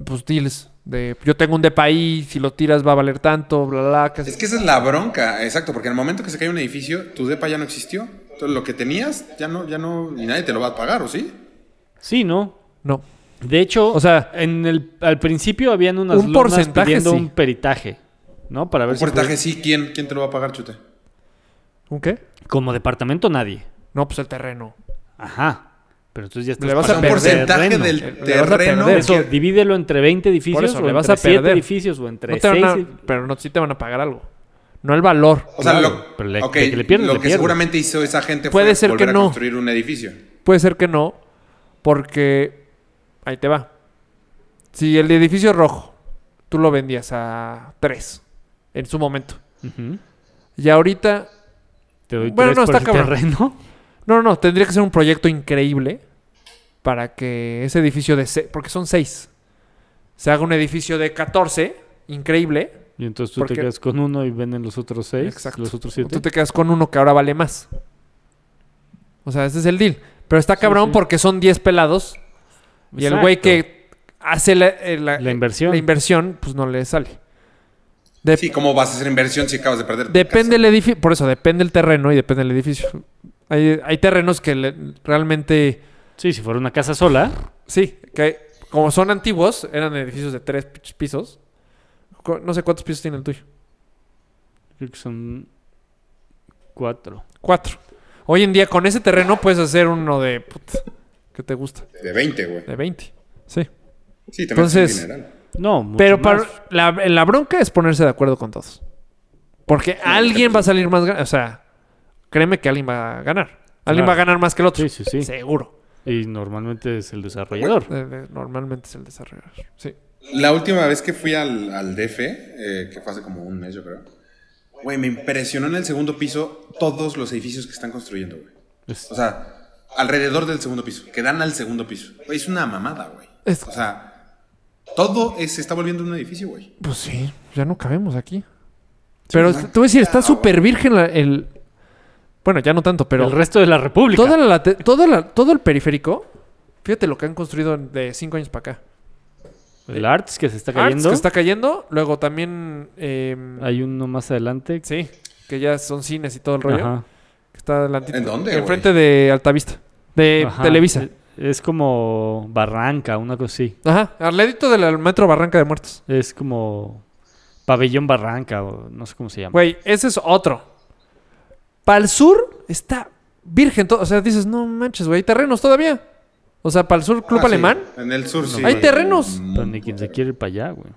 Speaker 1: pues deals de yo tengo un de país, si lo tiras va a valer tanto, bla bla, bla, que
Speaker 3: Es que esa es la bronca, exacto, porque en el momento que se cae un edificio, tu depa ya no existió. Entonces, lo que tenías, ya no, ya no, y nadie te lo va a pagar, ¿o sí?
Speaker 2: Sí, ¿no?
Speaker 1: no.
Speaker 2: De hecho,
Speaker 1: O sea,
Speaker 2: en el, al principio habían unas
Speaker 1: un
Speaker 2: lonas
Speaker 1: porcentaje,
Speaker 2: pidiendo
Speaker 1: sí.
Speaker 2: un peritaje, ¿no? Para ver
Speaker 3: Un
Speaker 2: si...
Speaker 3: portaje sí, ¿quién, ¿quién te lo va a pagar, chute?
Speaker 1: ¿Un qué?
Speaker 2: fue- Como departamento nadie.
Speaker 1: No, pues el terreno.
Speaker 2: Ajá. Pero entonces ya estás...
Speaker 1: Le vas
Speaker 3: O sea,
Speaker 1: a
Speaker 3: un
Speaker 1: perder
Speaker 3: porcentaje
Speaker 2: terreno.
Speaker 3: del
Speaker 1: Le vas a
Speaker 3: terreno.
Speaker 1: perder.
Speaker 2: Eso,
Speaker 3: que-
Speaker 2: divídelo entre 20 edificios
Speaker 1: Por eso,
Speaker 2: o
Speaker 1: le
Speaker 2: entre
Speaker 1: vas a
Speaker 2: 7
Speaker 1: perder.
Speaker 2: edificios o entre
Speaker 1: No te
Speaker 2: 6...
Speaker 1: van a- pero no sí te van a pagar algo. No el valor.
Speaker 3: O sea,
Speaker 2: Claro,
Speaker 3: lo,
Speaker 2: pero le-
Speaker 3: ok,
Speaker 2: de que le pierdes,
Speaker 3: lo
Speaker 2: le
Speaker 3: que
Speaker 2: pierdes.
Speaker 3: seguramente hizo esa gente
Speaker 1: Puede
Speaker 3: fue
Speaker 1: ser
Speaker 3: volver
Speaker 1: que
Speaker 3: a
Speaker 1: no.
Speaker 3: construir un edificio.
Speaker 1: Puede ser que no porque ahí te va. Si el edificio rojo tú lo vendías a 3 en su momento.
Speaker 2: Ujú.
Speaker 1: Y ahorita
Speaker 2: Te doy
Speaker 1: Bueno,
Speaker 2: tres
Speaker 1: no,
Speaker 2: por
Speaker 1: está
Speaker 2: el
Speaker 1: cabrón.
Speaker 2: terreno.
Speaker 1: No, no, tendría que ser un proyecto increíble para que ese edificio de... se- porque son seis. Se haga un edificio de 14, increíble.
Speaker 2: Y entonces tú
Speaker 1: ¿Por
Speaker 2: te
Speaker 1: qué?
Speaker 2: quedas con uno y venden los otros seis, los otros siete.
Speaker 1: Tú te quedas con uno que ahora vale más. O sea, ese es el deal. Pero está cabrón
Speaker 2: sí.
Speaker 1: porque son 10 pelados y el güey
Speaker 2: Exacto.
Speaker 1: que hace la, eh,
Speaker 2: La inversión.
Speaker 1: la inversión, pues no le sale. De-
Speaker 3: Sí, este ¿cómo vas a hacer inversión si acabas de perder? tu
Speaker 1: Depende
Speaker 3: casa?
Speaker 1: el edificio, por eso depende el terreno y depende el edificio. Hay, hay terrenos que le- realmente...
Speaker 2: Sí, si fuera una casa sola,
Speaker 1: Sí, que como son antiguos, eran edificios de tres pinches pisos. Co- No sé cuántos pisos tiene el tuyo.
Speaker 2: creo que son cuatro.
Speaker 1: Cuatro. Hoy en día con ese terreno puedes hacer uno de... puta, ¿Qué te gusta?
Speaker 3: De 20, güey.
Speaker 1: De 20. Sí.
Speaker 3: Sí, te metes un
Speaker 1: Entonces-
Speaker 3: dineral.
Speaker 2: No, mucho
Speaker 1: Pero
Speaker 2: más.
Speaker 1: para, la, la bronca es ponerse de acuerdo con todos. Porque alguien va a salir más... gan- O sea, créeme que alguien va a ganar. Alguien
Speaker 2: Claro.
Speaker 1: va a ganar más que el otro.
Speaker 2: Sí, sí, sí.
Speaker 1: Seguro.
Speaker 2: Y normalmente es el desarrollador.
Speaker 1: Eh, eh, Normalmente es el desarrollador. Sí.
Speaker 3: La última vez que fui al, al DF, eh, que fue hace como un mes, yo creo, güey, me impresionó en el segundo piso todos los edificios que están construyendo, güey.
Speaker 2: Es-
Speaker 3: O sea, alrededor del segundo piso, que dan al segundo piso. Güey, es una mamada, güey.
Speaker 1: Es-
Speaker 3: O sea, todo es- se está volviendo un edificio, güey.
Speaker 1: Pues sí, ya no cabemos aquí. Pero
Speaker 3: ¿no?
Speaker 1: te voy a decir, está
Speaker 3: Ah,
Speaker 1: súper virgen la- el... Bueno, ya no tanto, pero...
Speaker 2: el resto de la república.
Speaker 1: Toda la late- toda la- todo el periférico, fíjate lo que han construido de cinco años para acá.
Speaker 2: El Arts que se está
Speaker 1: Arts,
Speaker 2: cayendo.
Speaker 1: que está cayendo, luego también... eh,
Speaker 2: Hay uno más adelante.
Speaker 1: sí, que ya son cines y todo el rollo.
Speaker 2: Ajá.
Speaker 1: Que está adelantito.
Speaker 3: ¿En dónde, güey?
Speaker 1: Enfrente de Altavista. De
Speaker 2: Ajá.
Speaker 1: Eh, Televisa.
Speaker 2: Es, es como Barranca, una cosa así.
Speaker 1: Ajá, al ladito del metro Barranca de Muertos.
Speaker 2: Es como Pabellón Barranca, o no sé cómo se llama.
Speaker 1: Güey, ese es otro. Para el sur está virgen. todo. O sea, dices, no manches, güey, hay terrenos todavía. O sea, para el sur, Club
Speaker 3: Ah, sí,
Speaker 1: Alemán.
Speaker 3: En el sur, sí.
Speaker 1: Hay
Speaker 3: güey.
Speaker 1: terrenos.
Speaker 3: Mm,
Speaker 2: Pero ni quien se quiere ir para allá, güey.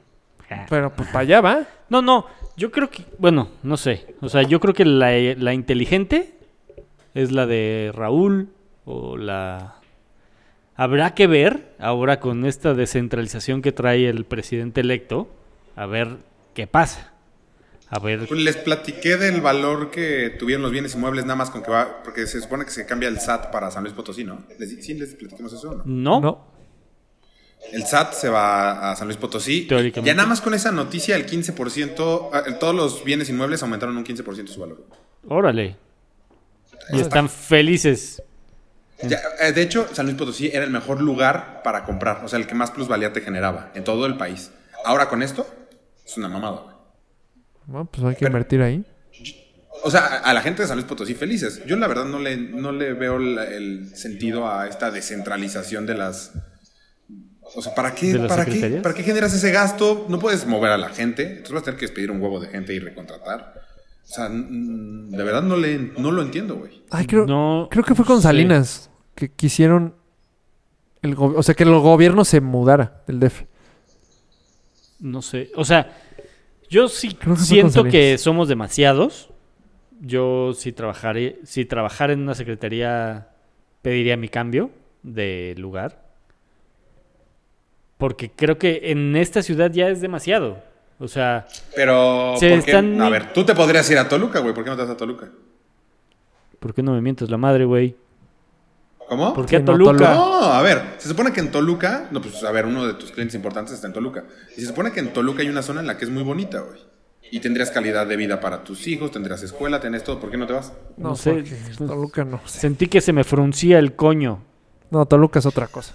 Speaker 1: Pero pues para allá va.
Speaker 2: No, no, yo creo que, bueno, no sé. O sea, yo creo que la, la inteligente es la de Raúl o la... Habrá que ver ahora con esta descentralización que trae el presidente electo, a ver qué pasa. A ver...
Speaker 3: Pues Les platiqué del valor que tuvieron los bienes inmuebles nada más con que va, porque se supone que se cambia el SAT para San Luis Potosí, ¿no? Les, di- sí, les platicamos eso, o ¿no?
Speaker 2: No,
Speaker 3: El SAT se va a San Luis Potosí.
Speaker 2: Teóricamente.
Speaker 3: Ya nada más con esa noticia, el 15%, ah, todos los bienes inmuebles aumentaron un 15% su valor.
Speaker 2: órale. Y están felices.
Speaker 3: Ya, eh, de hecho, San Luis Potosí era el mejor lugar para comprar, o sea, el que más plusvalía te generaba en todo el país. Ahora con esto, es una mamada, güey.
Speaker 1: Bueno, pues hay que invertir ahí.
Speaker 3: O sea, a a la gente de San Luis Potosí felices. Yo la verdad no le, no le veo la- el sentido a esta descentralización de las... O sea, ¿para qué,
Speaker 2: ¿De las
Speaker 3: para, qué,
Speaker 2: secretarías?
Speaker 3: ¿para qué generas ese gasto? No puedes mover a la gente. Entonces vas a tener que despedir un huevo de gente y recontratar. O sea, mm, de verdad no, le, no lo entiendo, güey.
Speaker 1: Ay, creo,
Speaker 2: No
Speaker 1: creo que fue con
Speaker 2: sé.
Speaker 1: Salinas que quisieron. El go- o sea, que el gobierno se mudara del DF.
Speaker 2: No sé. O sea, yo sí
Speaker 1: Creo que fue
Speaker 2: siento
Speaker 1: con
Speaker 2: que
Speaker 1: Salinas.
Speaker 2: somos demasiados. Yo si trabajaré, si trabajara en una secretaría, pediría mi cambio de lugar. Porque creo que en esta ciudad ya es demasiado. O sea,
Speaker 3: Pero...
Speaker 2: Se
Speaker 3: ¿por qué?
Speaker 2: están-
Speaker 3: A ver, tú te podrías ir a Toluca, güey. ¿Por qué no te vas a Toluca?
Speaker 2: ¿por qué no me mientes la madre, güey?
Speaker 3: ¿Cómo?
Speaker 2: ¿Por qué
Speaker 1: Sí,
Speaker 2: a
Speaker 1: no,
Speaker 2: Toluca?
Speaker 3: No, a ver, se supone que en Toluca, no, pues a ver, uno de tus clientes importantes está en Toluca. Y se supone que en Toluca hay una zona en la que es muy bonita, güey. Y tendrías calidad de vida para tus hijos, tendrías escuela, tendrías todo. ¿Por qué no te vas?
Speaker 1: No,
Speaker 2: No sé, pues,
Speaker 1: porque Toluca no. sé.
Speaker 2: Sentí que se me fruncía el coño.
Speaker 1: No, Toluca es otra cosa.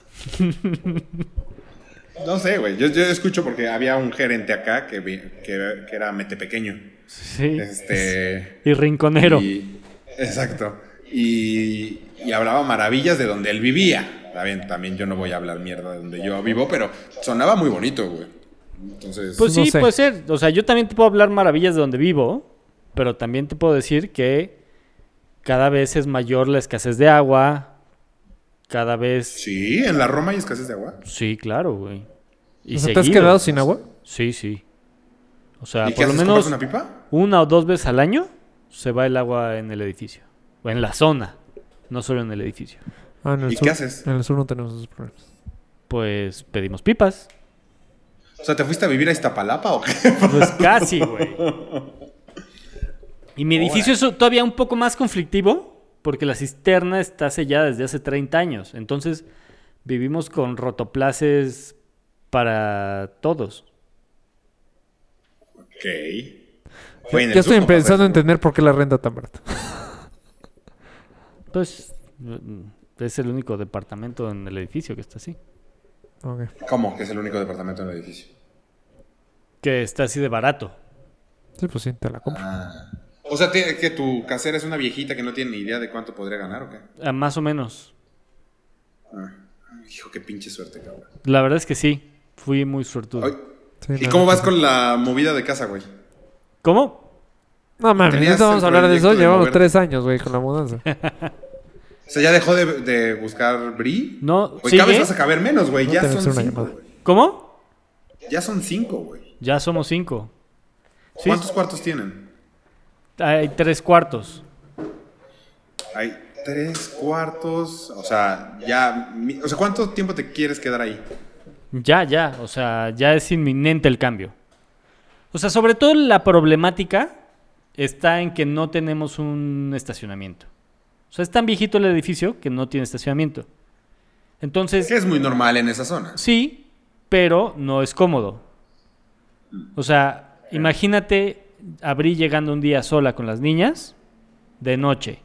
Speaker 3: No sé, güey. Yo, yo escucho porque había un gerente acá que, vi- que, que era mete pequeño.
Speaker 2: Sí.
Speaker 3: Este.
Speaker 2: Y rinconero.
Speaker 3: y- exacto. Y, y hablaba maravillas de donde él vivía. Está bien, también yo no voy a hablar mierda de donde yo vivo, pero sonaba muy bonito, güey. Entonces.
Speaker 2: Pues
Speaker 1: No
Speaker 2: sí,
Speaker 1: sé.
Speaker 2: puede ser. O sea, yo también te puedo hablar maravillas de donde vivo, pero también te puedo decir que cada vez es mayor la escasez de agua, cada vez...
Speaker 3: sí, en la Roma hay escasez de agua.
Speaker 2: Sí, claro, güey. Y
Speaker 1: O sea, ¿Te has
Speaker 2: seguido.
Speaker 1: quedado sin agua?
Speaker 2: Sí, sí. O sea,
Speaker 3: ¿Y qué
Speaker 2: por lo
Speaker 3: haces?
Speaker 2: menos
Speaker 3: ¿Compras una pipa?
Speaker 2: una o dos veces al año se va el agua en el edificio, o en la zona, no solo en el edificio.
Speaker 1: Ah, en el
Speaker 3: ¿Y
Speaker 1: sur,
Speaker 3: qué haces?
Speaker 1: En el sur no tenemos esos problemas.
Speaker 2: Pues pedimos pipas.
Speaker 3: O sea, ¿te fuiste a vivir a Iztapalapa o qué?
Speaker 2: Pues casi, güey. Y mi edificio es todavía un poco más conflictivo porque la cisterna está sellada desde hace 30 años. Entonces vivimos con rotoplaces para todos.
Speaker 3: Ok.
Speaker 1: Ya estoy empezando a entender por qué la renta tan barata.
Speaker 2: Pues mm, es el único departamento en el edificio que está así.
Speaker 1: Ok.
Speaker 3: ¿Cómo? Que es el único departamento en el edificio.
Speaker 2: Que está así de barato.
Speaker 1: Sí, pues sí, te la compro.
Speaker 3: Ah. O sea, ¿te- que tu casera es una viejita que no tiene ni idea de cuánto podría ganar o qué.
Speaker 2: Ah, más o menos.
Speaker 3: Ah, hijo, qué pinche suerte, cabrón.
Speaker 2: La verdad es que sí. Fui muy suertudo.
Speaker 3: Ay,
Speaker 1: Sí,
Speaker 3: ¿Y
Speaker 1: la
Speaker 3: cómo
Speaker 1: neta,
Speaker 3: vas con la movida de casa, güey?
Speaker 2: ¿Cómo?
Speaker 1: No mames,
Speaker 3: Tenías
Speaker 1: ahorita vamos a
Speaker 3: el
Speaker 1: hablar de eso.
Speaker 3: proyecto de
Speaker 1: Llevamos
Speaker 3: moverte.
Speaker 1: tres años, güey, con la mudanza.
Speaker 3: O sea, ¿ya dejó de, de buscar Bri?
Speaker 2: No,
Speaker 3: Güey, cada
Speaker 2: sigue.
Speaker 3: vez vas a caber menos, güey.
Speaker 1: Voy a
Speaker 3: Ya
Speaker 1: tener que
Speaker 3: son
Speaker 1: hacer una
Speaker 3: cinco,
Speaker 1: llamada.
Speaker 3: güey.
Speaker 2: ¿Cómo?
Speaker 3: Ya son cinco, güey.
Speaker 2: Ya somos cinco. Sí,
Speaker 3: ¿Cuántos cuartos tienen?
Speaker 2: Hay tres cuartos.
Speaker 3: Hay tres cuartos. O sea, ya. mi- O sea, ¿cuánto tiempo te quieres quedar ahí?
Speaker 2: Ya, ya, o sea, ya es inminente el cambio. O sea, sobre todo la problemática está en que no tenemos un estacionamiento. O sea, es tan viejito el edificio que no tiene estacionamiento. Entonces,
Speaker 3: Que es muy normal en esa zona.
Speaker 2: sí, pero no es cómodo. O sea, imagínate abrir llegando un día sola con las niñas de noche.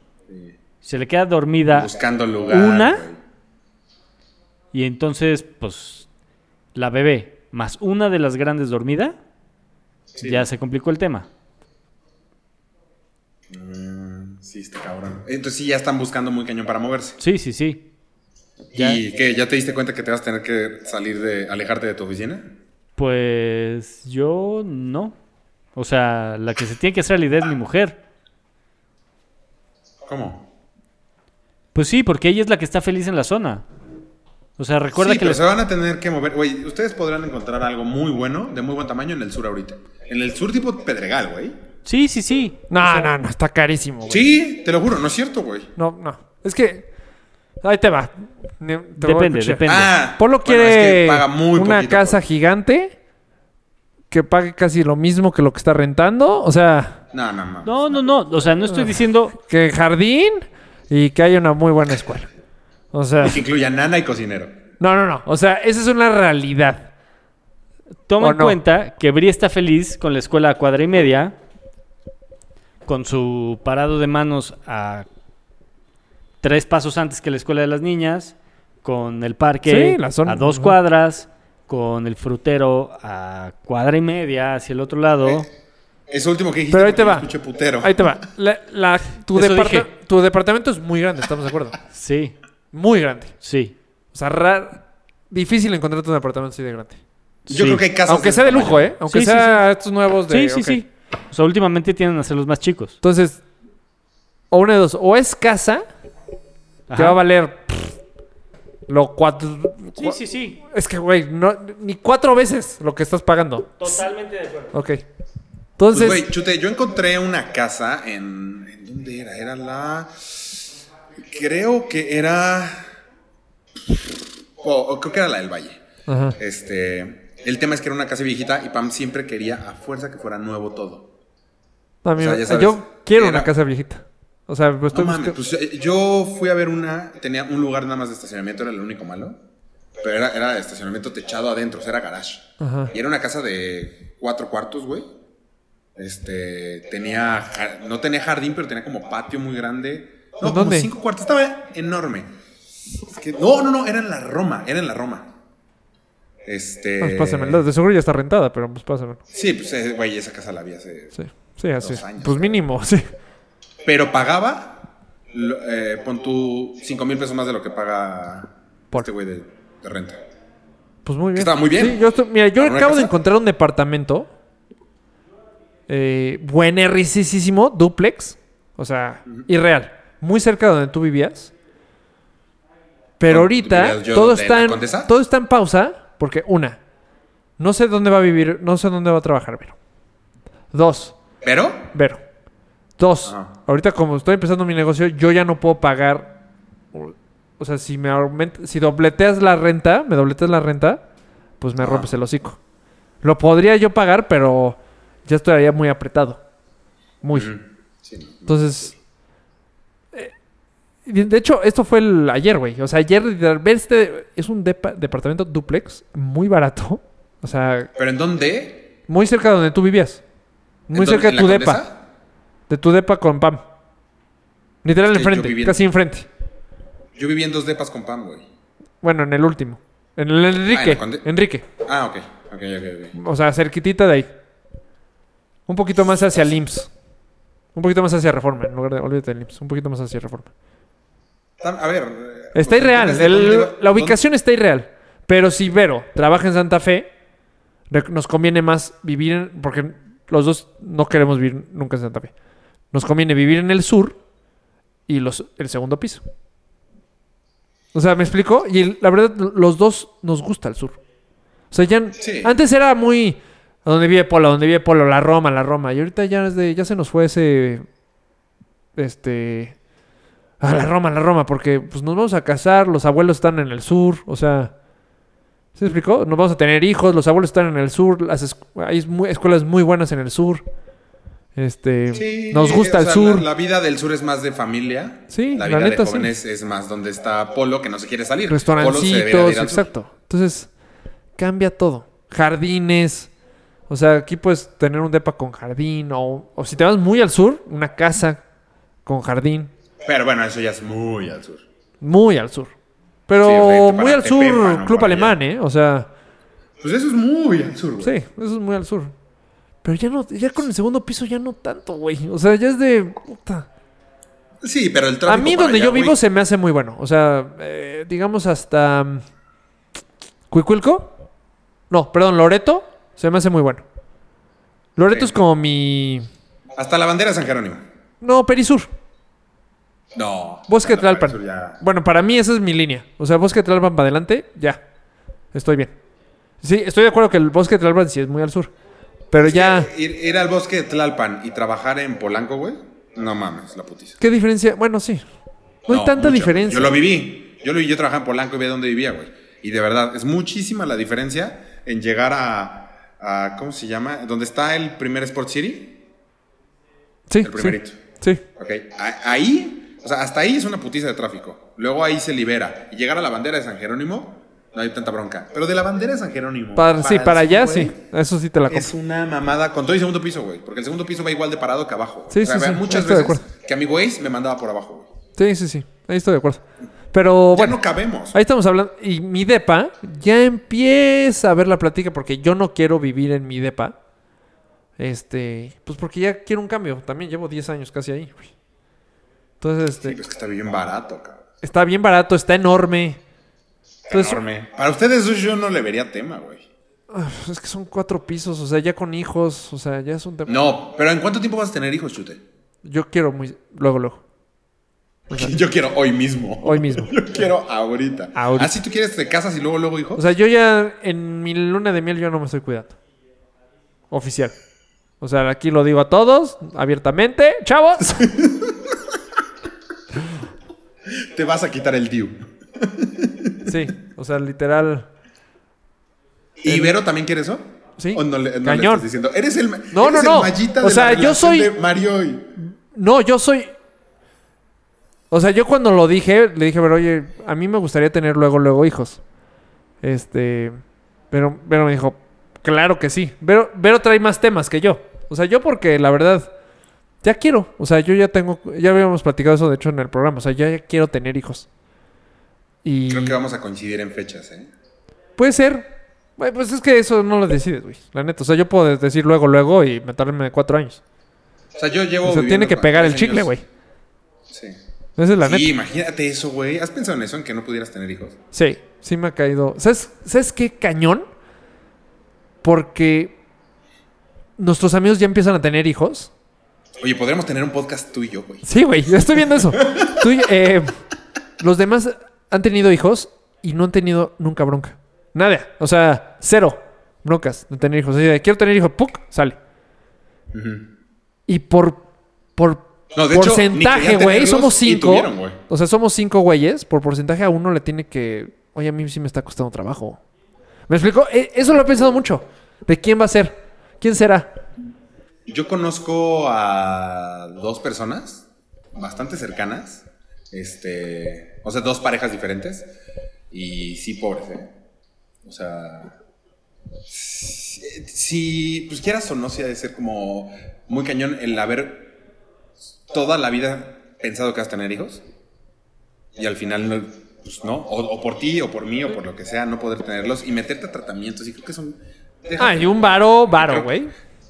Speaker 2: Se le queda dormida
Speaker 3: Buscando lugar.
Speaker 2: Una.
Speaker 3: güey.
Speaker 2: Y entonces, pues, la bebé más una de las grandes dormida,
Speaker 3: Sí.
Speaker 2: ya se complicó el tema.
Speaker 3: Sí, está cabrón. Entonces sí, ya están buscando muy cañón para moverse.
Speaker 2: Sí, sí, sí. Ya.
Speaker 3: ¿Y qué? ¿Ya te diste cuenta que te vas a tener que salir de. alejarte de tu oficina?
Speaker 2: Pues yo no. O sea, la que se tiene que hacer realidad es mi mujer.
Speaker 3: ¿Cómo?
Speaker 2: Pues sí, porque ella es la que está feliz en la zona. O sea, recuerda
Speaker 3: Sí,
Speaker 2: que
Speaker 3: pero
Speaker 2: les-
Speaker 3: se van a tener que mover. Güey, ustedes podrán encontrar algo muy bueno, de muy buen tamaño en el sur ahorita. En el sur tipo Pedregal, güey.
Speaker 2: Sí, sí, sí.
Speaker 1: No, no, no, está carísimo, güey.
Speaker 3: Sí, te lo juro, no es cierto, güey.
Speaker 1: No, no. Es que. Ahí te va. Ne- te voy a
Speaker 2: Depende,
Speaker 1: escuchar. Polo
Speaker 2: depende.
Speaker 3: Ah, bueno,
Speaker 1: quiere
Speaker 3: es que paga muy
Speaker 1: una
Speaker 3: poquito,
Speaker 1: casa
Speaker 3: güey.
Speaker 1: gigante que pague casi lo mismo que lo que está rentando. O sea,
Speaker 3: No, no, no.
Speaker 2: No, no, no. O sea, no estoy diciendo...
Speaker 1: que jardín y que haya una muy buena escuela. O sea,
Speaker 3: Que incluya nana y cocinero.
Speaker 1: no, no, no. O sea, esa es una realidad.
Speaker 2: Toma
Speaker 1: ¿O
Speaker 2: en
Speaker 1: no?
Speaker 2: cuenta que Bri está feliz con la escuela a cuadra y media, con su parado de manos a tres pasos antes que la escuela de las niñas, con el parque
Speaker 1: Sí, la zona,
Speaker 2: a dos
Speaker 1: ajá.
Speaker 2: cuadras, con el frutero a cuadra y media hacia el otro lado.
Speaker 1: Eh.
Speaker 3: Eso último que dijiste.
Speaker 1: Pero ahí te
Speaker 3: porque
Speaker 1: va.
Speaker 3: yo escuché putero.
Speaker 1: Ahí te va. La- la- tu,
Speaker 2: Eso
Speaker 1: departa-
Speaker 2: dije.
Speaker 1: tu departamento es muy grande, estamos de acuerdo.
Speaker 2: Sí,
Speaker 1: Muy grande.
Speaker 2: sí.
Speaker 1: O sea, ra- difícil encontrar tu departamento así de grande.
Speaker 3: Yo
Speaker 2: sí.
Speaker 3: creo que hay casas.
Speaker 1: Aunque sea de lujo, ¿eh? Aunque
Speaker 2: Sí, sí,
Speaker 1: sea estos nuevos de...
Speaker 2: sí, sí,
Speaker 1: ok.
Speaker 2: sí. O sea, últimamente tienden a ser los más chicos.
Speaker 1: Entonces, o una de dos. O es casa, que
Speaker 2: Ajá.
Speaker 1: va a valer... pff, Lo cuatro...
Speaker 2: Sí, sí, sí.
Speaker 1: Es que, güey, no, ni cuatro veces lo que estás pagando.
Speaker 2: Totalmente de acuerdo.
Speaker 1: Ok.
Speaker 3: Pues,
Speaker 1: Entonces,
Speaker 3: güey, chute, yo encontré una casa en. ¿en ¿Dónde era? Era la. Creo que era. O, o creo que era la del Valle.
Speaker 1: Ajá.
Speaker 3: Este. El tema es que era una casa viejita y Pam siempre quería a fuerza que fuera nuevo todo.
Speaker 1: no, a mí
Speaker 3: o sea,
Speaker 1: me-
Speaker 3: ya sabes,
Speaker 1: yo quiero
Speaker 3: era-
Speaker 1: una casa viejita. O sea, pues,
Speaker 3: No
Speaker 1: estoy
Speaker 3: mames,
Speaker 1: buscando...
Speaker 3: pues eh, yo fui a ver una, tenía un lugar nada más de estacionamiento, era lo único malo. Pero era, era estacionamiento techado adentro, o sea, era garage.
Speaker 1: Ajá.
Speaker 3: Y era una casa de cuatro cuartos, güey. Este, tenía, ja- no tenía jardín, pero tenía como patio muy grande. No, como
Speaker 1: ¿Dónde?
Speaker 3: cinco cuartos, estaba enorme. Es que- no, no, no, era en la Roma, era en la Roma. Este.
Speaker 1: Ah, pues, pásamelo. De seguro ya está rentada, pero pues pásamelo.
Speaker 3: Sí, pues, eh, güey, esa casa la había hace
Speaker 1: Sí, sí, así.
Speaker 3: Dos años,
Speaker 1: pues
Speaker 3: creo.
Speaker 1: mínimo, sí.
Speaker 3: Pero pagaba, lo- eh, pon tú 5 mil pesos más de lo que paga
Speaker 1: Por-
Speaker 3: este güey de, de renta.
Speaker 1: Pues muy bien.
Speaker 3: Está muy bien.
Speaker 1: Sí, yo estoy- mira, yo
Speaker 3: ¿Para una
Speaker 1: acabo de
Speaker 3: casa?
Speaker 1: encontrar un departamento. Eh, buen duplex. O sea, irreal. Muy cerca de donde tú vivías. Pero
Speaker 3: ¿Dónde
Speaker 1: ahorita
Speaker 3: vivías yo?
Speaker 1: todo
Speaker 3: ¿De
Speaker 1: está,
Speaker 3: la
Speaker 1: en,
Speaker 3: Condesa?
Speaker 1: todo está en pausa. Porque, una, no sé dónde va a vivir, no sé dónde va a trabajar Vero. Dos,
Speaker 3: Pero,
Speaker 1: Vero. Dos,
Speaker 3: Ajá.
Speaker 1: ahorita como estoy empezando mi negocio, yo ya no puedo pagar. o- O sea, si me aumenta, si dobleteas la renta, me dobleteas la renta, pues me
Speaker 3: Ajá.
Speaker 1: rompes el hocico. Lo podría yo pagar, pero ya estaría muy apretado. Muy.
Speaker 3: sí, no.
Speaker 1: Entonces. eh, de de hecho, esto fue el ayer, güey. O sea, ayer literal, ver este es un depa- departamento duplex muy barato. O sea,
Speaker 3: pero ¿en dónde?
Speaker 1: muy cerca de donde tú vivías.
Speaker 3: ¿En
Speaker 1: Muy
Speaker 3: dónde?
Speaker 1: cerca
Speaker 3: ¿En
Speaker 1: de
Speaker 3: la
Speaker 1: tu depa.
Speaker 3: Condesa?
Speaker 1: De tu depa con Pam. Literal
Speaker 3: Es que yo
Speaker 1: enfrente,
Speaker 3: viví en-
Speaker 1: casi enfrente.
Speaker 3: Yo viví en dos depas con Pam, güey.
Speaker 1: Bueno, en el último. En el Enrique.
Speaker 3: Ah, en la Conde-
Speaker 1: Enrique.
Speaker 3: Ah, ok. Ok, ok, ok.
Speaker 1: O sea, cerquitita de ahí. Un poquito más hacia el IMSS. Un poquito más hacia Reforma, en lugar de... Olvídate del IMSS. Un poquito más hacia Reforma.
Speaker 3: Tam- A ver. eh,
Speaker 1: Está irreal.
Speaker 3: ¿dónde-
Speaker 1: el-
Speaker 3: dónde iba-
Speaker 1: la ubicación está irreal. Pero si Vero trabaja en Santa Fe, re- nos conviene más vivir en- Porque los dos no queremos vivir nunca en Santa Fe. Nos conviene vivir en el sur y los, el segundo piso. O sea, ¿me explico? Y el- la verdad, los dos nos gusta el sur. O sea, ya...
Speaker 3: Sí.
Speaker 1: Antes era muy... A donde vive Polo, a donde vive Polo, la Roma, la Roma. Y ahorita ya, es de- ya se nos fue ese. Este. A la Roma, a la Roma, porque pues nos vamos a casar, los abuelos están en el sur, o sea. ¿Se explicó? Nos vamos a tener hijos, los abuelos están en el sur, las es- hay es- muy- escuelas muy buenas en el sur. Este.
Speaker 3: Sí,
Speaker 1: nos gusta
Speaker 3: o
Speaker 1: el
Speaker 3: sea,
Speaker 1: sur.
Speaker 3: La, la vida del sur es más de familia.
Speaker 1: Sí,
Speaker 3: la
Speaker 1: la
Speaker 3: vida
Speaker 1: neta,
Speaker 3: de
Speaker 1: sí.
Speaker 3: jóvenes es más donde está Polo que no se quiere salir. Polo se debería de
Speaker 1: restaurancitos,
Speaker 3: ir al sur.
Speaker 1: exacto. Entonces, cambia todo. Jardines. O sea, aquí puedes tener un depa con jardín. O, o si te vas muy al sur, una casa con jardín.
Speaker 3: Pero bueno, eso ya es muy al sur.
Speaker 1: Muy al sur.
Speaker 3: Sí,
Speaker 1: Pero
Speaker 3: recto para
Speaker 1: muy al sur,
Speaker 3: Tepepan, ¿no?
Speaker 1: club
Speaker 3: Para
Speaker 1: alemán, ¿eh? O sea,
Speaker 3: Pues eso es muy al sur, güey.
Speaker 1: sí, eso es muy al sur. Pero ya no, ya con el segundo piso ya no tanto, güey. O sea, ya es de. puta.
Speaker 3: Sí, pero el
Speaker 1: A
Speaker 3: tráfico.
Speaker 1: mí
Speaker 3: para
Speaker 1: donde
Speaker 3: allá,
Speaker 1: yo vivo
Speaker 3: güey,
Speaker 1: se me hace muy bueno. O sea, eh, digamos hasta. mm, ¿Cuicuilco? No, perdón, Loreto se me hace muy bueno. Loreto
Speaker 3: Sí.
Speaker 1: es como mi.
Speaker 3: Hasta la bandera de San Jerónimo.
Speaker 1: No, Perisur.
Speaker 3: No.
Speaker 1: Bosque
Speaker 3: no, para el
Speaker 1: Tlalpan.
Speaker 3: sur ya-
Speaker 1: Bueno, para mí esa es mi línea. O sea, Bosque Tlalpan para adelante, ya. Estoy bien. Sí, estoy de acuerdo que el Bosque Tlalpan sí es muy al sur. Pero ya.
Speaker 3: Ir, ir al bosque de Tlalpan y trabajar en Polanco, güey. No mames, la putiza.
Speaker 1: ¿Qué diferencia? Bueno, sí. No, hay tanta
Speaker 3: mucho.
Speaker 1: diferencia.
Speaker 3: Yo lo viví. Yo lo vi, yo trabajaba en Polanco y veía dónde vivía, güey. Y de verdad, es muchísima la diferencia en llegar a, a- ¿cómo se llama? ¿Dónde está el primer Sport City?
Speaker 1: sí,
Speaker 3: el primerito.
Speaker 1: Sí, sí.
Speaker 3: Ok. A- ahí, o sea, hasta ahí es una putiza de tráfico. Luego ahí se libera. Y llegar a la bandera de San Jerónimo, no hay tanta bronca. Pero de la bandera de San Jerónimo.
Speaker 1: Para, sí,
Speaker 3: el
Speaker 1: para allá
Speaker 3: sur, güey,
Speaker 1: sí. Eso sí te la compro.
Speaker 3: Es una mamada con todo y segundo piso, güey. Porque el segundo piso va igual de parado que abajo.
Speaker 1: Sí,
Speaker 3: O sea,
Speaker 1: sí, sí,
Speaker 3: Muchas
Speaker 1: estoy de
Speaker 3: veces
Speaker 1: acuerdo.
Speaker 3: que a mi Waze me mandaba por abajo, güey.
Speaker 1: Sí, sí, sí. Ahí estoy de acuerdo. Pero
Speaker 3: Ya
Speaker 1: Oh, bueno,
Speaker 3: no cabemos.
Speaker 1: ahí estamos hablando. Y mi depa ya empieza a ver la plática porque yo no quiero vivir en mi depa. Este, pues porque ya quiero un cambio. También llevo 10 años casi ahí. güey. Entonces,
Speaker 3: Sí,
Speaker 1: este,
Speaker 3: pero es que está bien barato, cabrón.
Speaker 1: está bien barato, está enorme. Entonces,
Speaker 3: Enorme. Para ustedes eso yo no le vería tema, güey.
Speaker 1: uf, es que son cuatro pisos, o sea, ya con hijos, o sea, ya es un tema.
Speaker 3: No, pero ¿en cuánto tiempo vas a tener hijos, Chute?
Speaker 1: Yo quiero muy luego luego.
Speaker 3: Yo quiero hoy mismo.
Speaker 1: Pues, Hoy mismo.
Speaker 3: Yo quiero ahorita.
Speaker 1: Ahorita.
Speaker 3: Así tú quieres te casas y luego luego hijos.
Speaker 1: O sea, yo ya en mi luna de miel yo no me estoy cuidando. Oficial. O sea, aquí lo digo a todos, abiertamente. ¡Chavos!
Speaker 3: te vas a quitar el DIU.
Speaker 1: Sí, o sea, literal.
Speaker 3: ¿Y Ibero también quiere eso?
Speaker 1: Sí.
Speaker 3: ¿O no le, no le
Speaker 1: Cañón.
Speaker 3: estás diciendo? Eres el,
Speaker 1: No,
Speaker 3: eres
Speaker 1: no,
Speaker 3: el
Speaker 1: no.
Speaker 3: mallita
Speaker 1: O
Speaker 3: de la
Speaker 1: sea, yo
Speaker 3: relación
Speaker 1: soy-
Speaker 3: de Mario y...
Speaker 1: No, yo soy. O sea, yo cuando lo dije, le dije, pero oye, a mí me gustaría tener luego, luego hijos. Este. Pero, pero me dijo, claro que sí. Pero, pero trae más temas que yo. O sea, yo porque la verdad, ya quiero. O sea, yo ya tengo. Ya habíamos platicado eso, de hecho, en el programa. O sea, yo ya quiero tener hijos. Y.
Speaker 3: Creo que vamos a coincidir en fechas, ¿eh?
Speaker 1: Puede ser. Güey, Pues es que eso no lo decides, güey. La neta. O sea, yo puedo decir luego, luego y meterme cuatro años.
Speaker 3: O sea, yo llevo...
Speaker 1: O sea, tiene
Speaker 3: viviendo
Speaker 1: que
Speaker 3: con-
Speaker 1: pegar el
Speaker 3: años.
Speaker 1: chicle, güey.
Speaker 3: Sí.
Speaker 1: Esa es la neta.
Speaker 3: Sí, imagínate eso, güey. ¿Has pensado en eso, en que no pudieras tener hijos?
Speaker 1: Sí, sí me ha caído. ¿Sabes, ¿Sabes qué cañón? Porque nuestros amigos ya empiezan a tener hijos.
Speaker 3: Oye, podríamos tener un podcast tú y yo, güey.
Speaker 1: Sí, güey, yo estoy viendo eso. Tú y- eh, los demás han tenido hijos y no han tenido nunca bronca. Nada. O sea, cero broncas de tener hijos. Así de, quiero tener hijos, ¡puc! Sale. Y por, por
Speaker 3: No, de hecho, ni
Speaker 1: porcentaje,
Speaker 3: querían
Speaker 1: güey,
Speaker 3: tenerlos
Speaker 1: somos
Speaker 3: y
Speaker 1: cinco.
Speaker 3: tuvieron, güey.
Speaker 1: o sea, somos cinco güeyes. Por porcentaje a uno le tiene que. Oye, a mí sí me está costando trabajo. ¿Me explico? E- Eso lo he pensado mucho. ¿De quién va a ser? ¿Quién será?
Speaker 3: Yo conozco a dos personas bastante cercanas, este, o sea, dos parejas diferentes y sí pobres, ¿eh? O sea, si, si, pues quieras o no, si ha de ser como muy cañón el haber toda la vida pensado que vas a tener hijos y al final no, pues no, o, o por ti o por mí o por lo que sea, no poder tenerlos y meterte a tratamientos y creo que son...
Speaker 1: Ah, y un varo, varo, güey.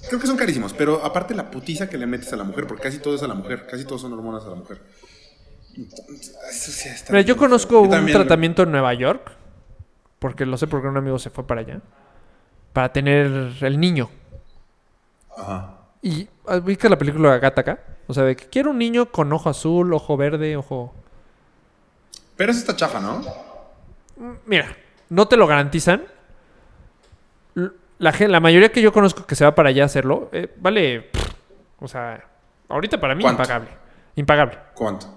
Speaker 3: Creo que son carísimos, pero aparte la putiza que le metes a la mujer, porque casi todo es a la mujer, casi todos son hormonas a la mujer. Entonces, eso sí está
Speaker 1: Mira,
Speaker 3: bien
Speaker 1: yo
Speaker 3: feo.
Speaker 1: conozco un
Speaker 3: también, güey.
Speaker 1: tratamiento en Nueva York. Porque lo sé porque un amigo se fue para allá. Para tener el niño.
Speaker 3: Ajá.
Speaker 1: Y ¿has visto la película Gataca. O sea, de que quiero un niño con ojo azul, ojo verde, ojo.
Speaker 3: Pero eso está chafa, ¿no?
Speaker 1: Mira, no te lo garantizan. L- la, gen- la mayoría que yo conozco que se va para allá a hacerlo, eh, vale, pff, o sea, ahorita para mí
Speaker 3: ¿Cuánto?
Speaker 1: impagable. Impagable.
Speaker 3: ¿Cuánto?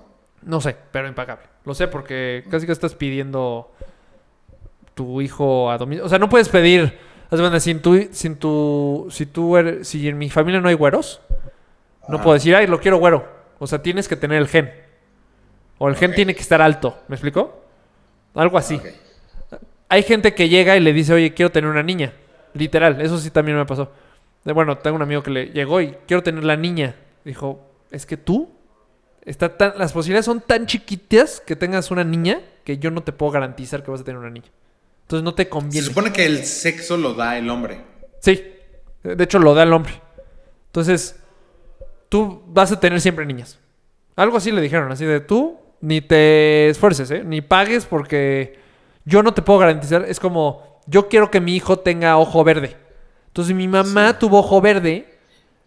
Speaker 1: No sé, pero impagable. Lo sé porque casi que estás pidiendo tu hijo a domicilio. O sea, no puedes pedir. Haz de cuenta, sin tu, sin tu, si tú eres, si en mi familia no hay güeros, no
Speaker 3: Ah.
Speaker 1: puedo decir, ay, lo quiero güero. O sea, tienes que tener el gen. O el gen
Speaker 3: Ok.
Speaker 1: tiene que estar alto. ¿Me explico? Algo así.
Speaker 3: Ok.
Speaker 1: Hay gente que llega y le dice, oye, quiero tener una niña. Literal, eso sí también me pasó. De, bueno, tengo un amigo que le llegó y quiero tener la niña. Dijo, es que tú, está tan, las posibilidades son tan chiquitas que tengas una niña que yo no te puedo garantizar que vas a tener una niña. Entonces no te
Speaker 3: Se
Speaker 1: conviene.
Speaker 3: supone que el sexo lo da el hombre.
Speaker 1: Sí, de hecho lo da el hombre. Entonces, tú vas a tener siempre niñas. Algo así le dijeron, así de tú, ni te esfuerces, ¿eh? ni pagues porque yo no te puedo garantizar. Es como, yo quiero que mi hijo tenga ojo verde. Entonces mi mamá tuvo ojo verde,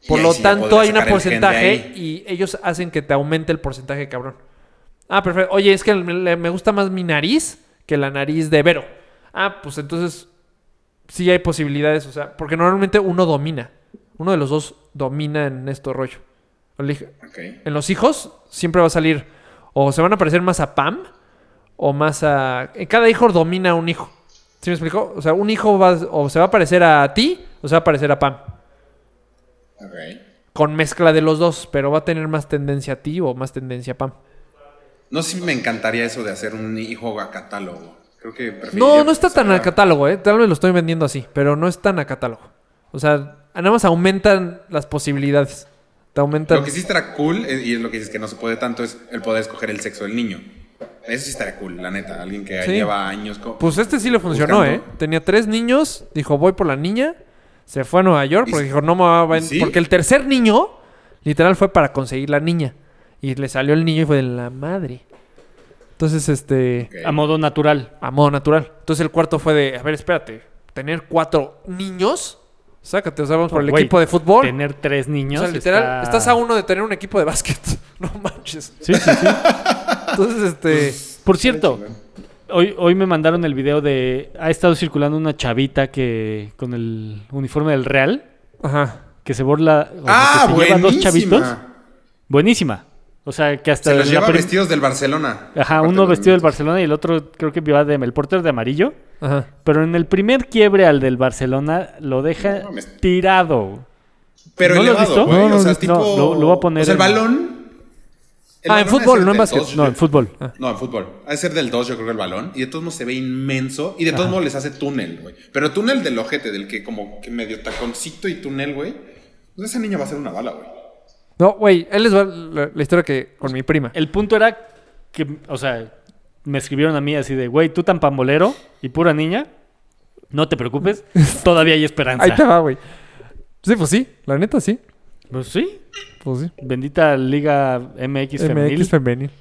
Speaker 1: por
Speaker 3: Y ahí
Speaker 1: lo
Speaker 3: sí le
Speaker 1: tanto
Speaker 3: podría
Speaker 1: hay un
Speaker 3: sacar el gen de
Speaker 1: porcentaje
Speaker 3: ahí.
Speaker 1: y ellos hacen que te aumente el porcentaje, cabrón. Ah, perfecto. Oye, es que me, le- me gusta más mi nariz que la nariz de Vero. Ah, pues entonces sí hay posibilidades, o sea, porque normalmente uno domina. Uno de los dos domina en esto rollo. Elige-
Speaker 3: Ok.
Speaker 1: En los hijos siempre va a salir o se van a parecer más a Pam o más a... en Cada hijo domina a un hijo. ¿Sí me explico? O sea, un hijo va, o se va a parecer a ti o se va a parecer a Pam.
Speaker 3: Ok.
Speaker 1: Con mezcla de los dos, pero va a tener más tendencia a ti o más tendencia a Pam.
Speaker 3: No sé si me encantaría eso de hacer un hijo a catálogo. Creo que preferiría pues,
Speaker 1: No, no está tan
Speaker 3: sacar-
Speaker 1: a catálogo, ¿eh? Tal vez lo estoy vendiendo así, pero no es tan a catálogo. O sea, nada más aumentan las posibilidades. Te aumentan.
Speaker 3: Lo que sí estará cool, eh, y es lo que dices que no se puede tanto, es el poder escoger el sexo del niño. Eso sí estará cool, la neta. Alguien que
Speaker 1: Sí.
Speaker 3: lleva años. co-
Speaker 1: Pues este sí le funcionó,
Speaker 3: Buscando.
Speaker 1: ¿eh? Tenía tres niños, dijo, voy por la niña, se fue a Nueva York,
Speaker 3: ¿Y
Speaker 1: porque
Speaker 3: sí?
Speaker 1: dijo, no me va a...
Speaker 3: ¿Y sí?
Speaker 1: Porque el tercer niño, literal, fue para conseguir la niña. Y le salió el niño y fue de la madre. Entonces, este...
Speaker 3: Ok.
Speaker 2: A modo natural.
Speaker 1: A modo natural. Entonces el cuarto fue de, a ver, espérate, tener cuatro niños, sácate, o sea, vamos por el
Speaker 2: Güey,
Speaker 1: equipo de fútbol.
Speaker 2: Tener tres
Speaker 1: O
Speaker 2: niños.
Speaker 1: sea, literal,
Speaker 2: está-
Speaker 1: estás a uno de tener un equipo de básquet. No manches.
Speaker 2: Sí, sí, sí.
Speaker 1: Entonces, este.
Speaker 3: Pues
Speaker 2: Por cierto, hoy, hoy me mandaron el video de. Ha estado circulando una chavita que. con el uniforme del Real.
Speaker 1: Ajá.
Speaker 2: Que se borla. o sea,
Speaker 3: Ah,
Speaker 2: que se lleva
Speaker 3: buenísima.
Speaker 2: dos chavitos. Buenísima. O sea, que hasta.
Speaker 3: Se los
Speaker 2: en la
Speaker 3: lleva
Speaker 2: prim-
Speaker 3: vestidos del Barcelona.
Speaker 2: Ajá,
Speaker 3: Aparte
Speaker 2: uno
Speaker 3: de los
Speaker 2: vestido del
Speaker 3: minutos.
Speaker 2: Barcelona y el otro creo que lleva de, el portero de amarillo.
Speaker 1: Ajá.
Speaker 2: Pero en el primer quiebre al del Barcelona lo deja
Speaker 3: No mames.
Speaker 2: tirado.
Speaker 3: Pero
Speaker 2: ¿No lo has
Speaker 3: elevado,
Speaker 2: visto?
Speaker 3: güey.
Speaker 2: No, no
Speaker 3: o
Speaker 2: lo he
Speaker 3: sea,
Speaker 2: visto.
Speaker 3: tipo...
Speaker 2: No, lo- lo voy a poner
Speaker 3: O sea, el
Speaker 2: en- Ah,
Speaker 3: balón... el
Speaker 1: Ah, en
Speaker 3: balón
Speaker 1: fútbol,
Speaker 3: ha de ser
Speaker 1: no en
Speaker 3: del
Speaker 1: básquet.
Speaker 3: dos, yo
Speaker 2: No, en
Speaker 3: creo.
Speaker 2: fútbol.
Speaker 3: No, en fútbol. Ha de ser del 2, yo creo que el balón. Y de todos modos se ve inmenso. Y de todos modos les hace túnel, güey. Pero túnel del ojete, del que como que medio taconcito y túnel, güey. Pues ese niño va a ser una bala, güey.
Speaker 1: No, güey, él les va la, la historia que con mi prima.
Speaker 2: El punto era que, o sea, me escribieron a mí así de, güey, tú tan pambolero y pura niña, no te preocupes, todavía hay
Speaker 1: Ahí te
Speaker 2: esperanza.
Speaker 1: va, güey. Sí, pues sí, la neta sí.
Speaker 2: Pues sí,
Speaker 1: Pues sí.
Speaker 2: bendita Liga MX femenil.
Speaker 1: MX femenil.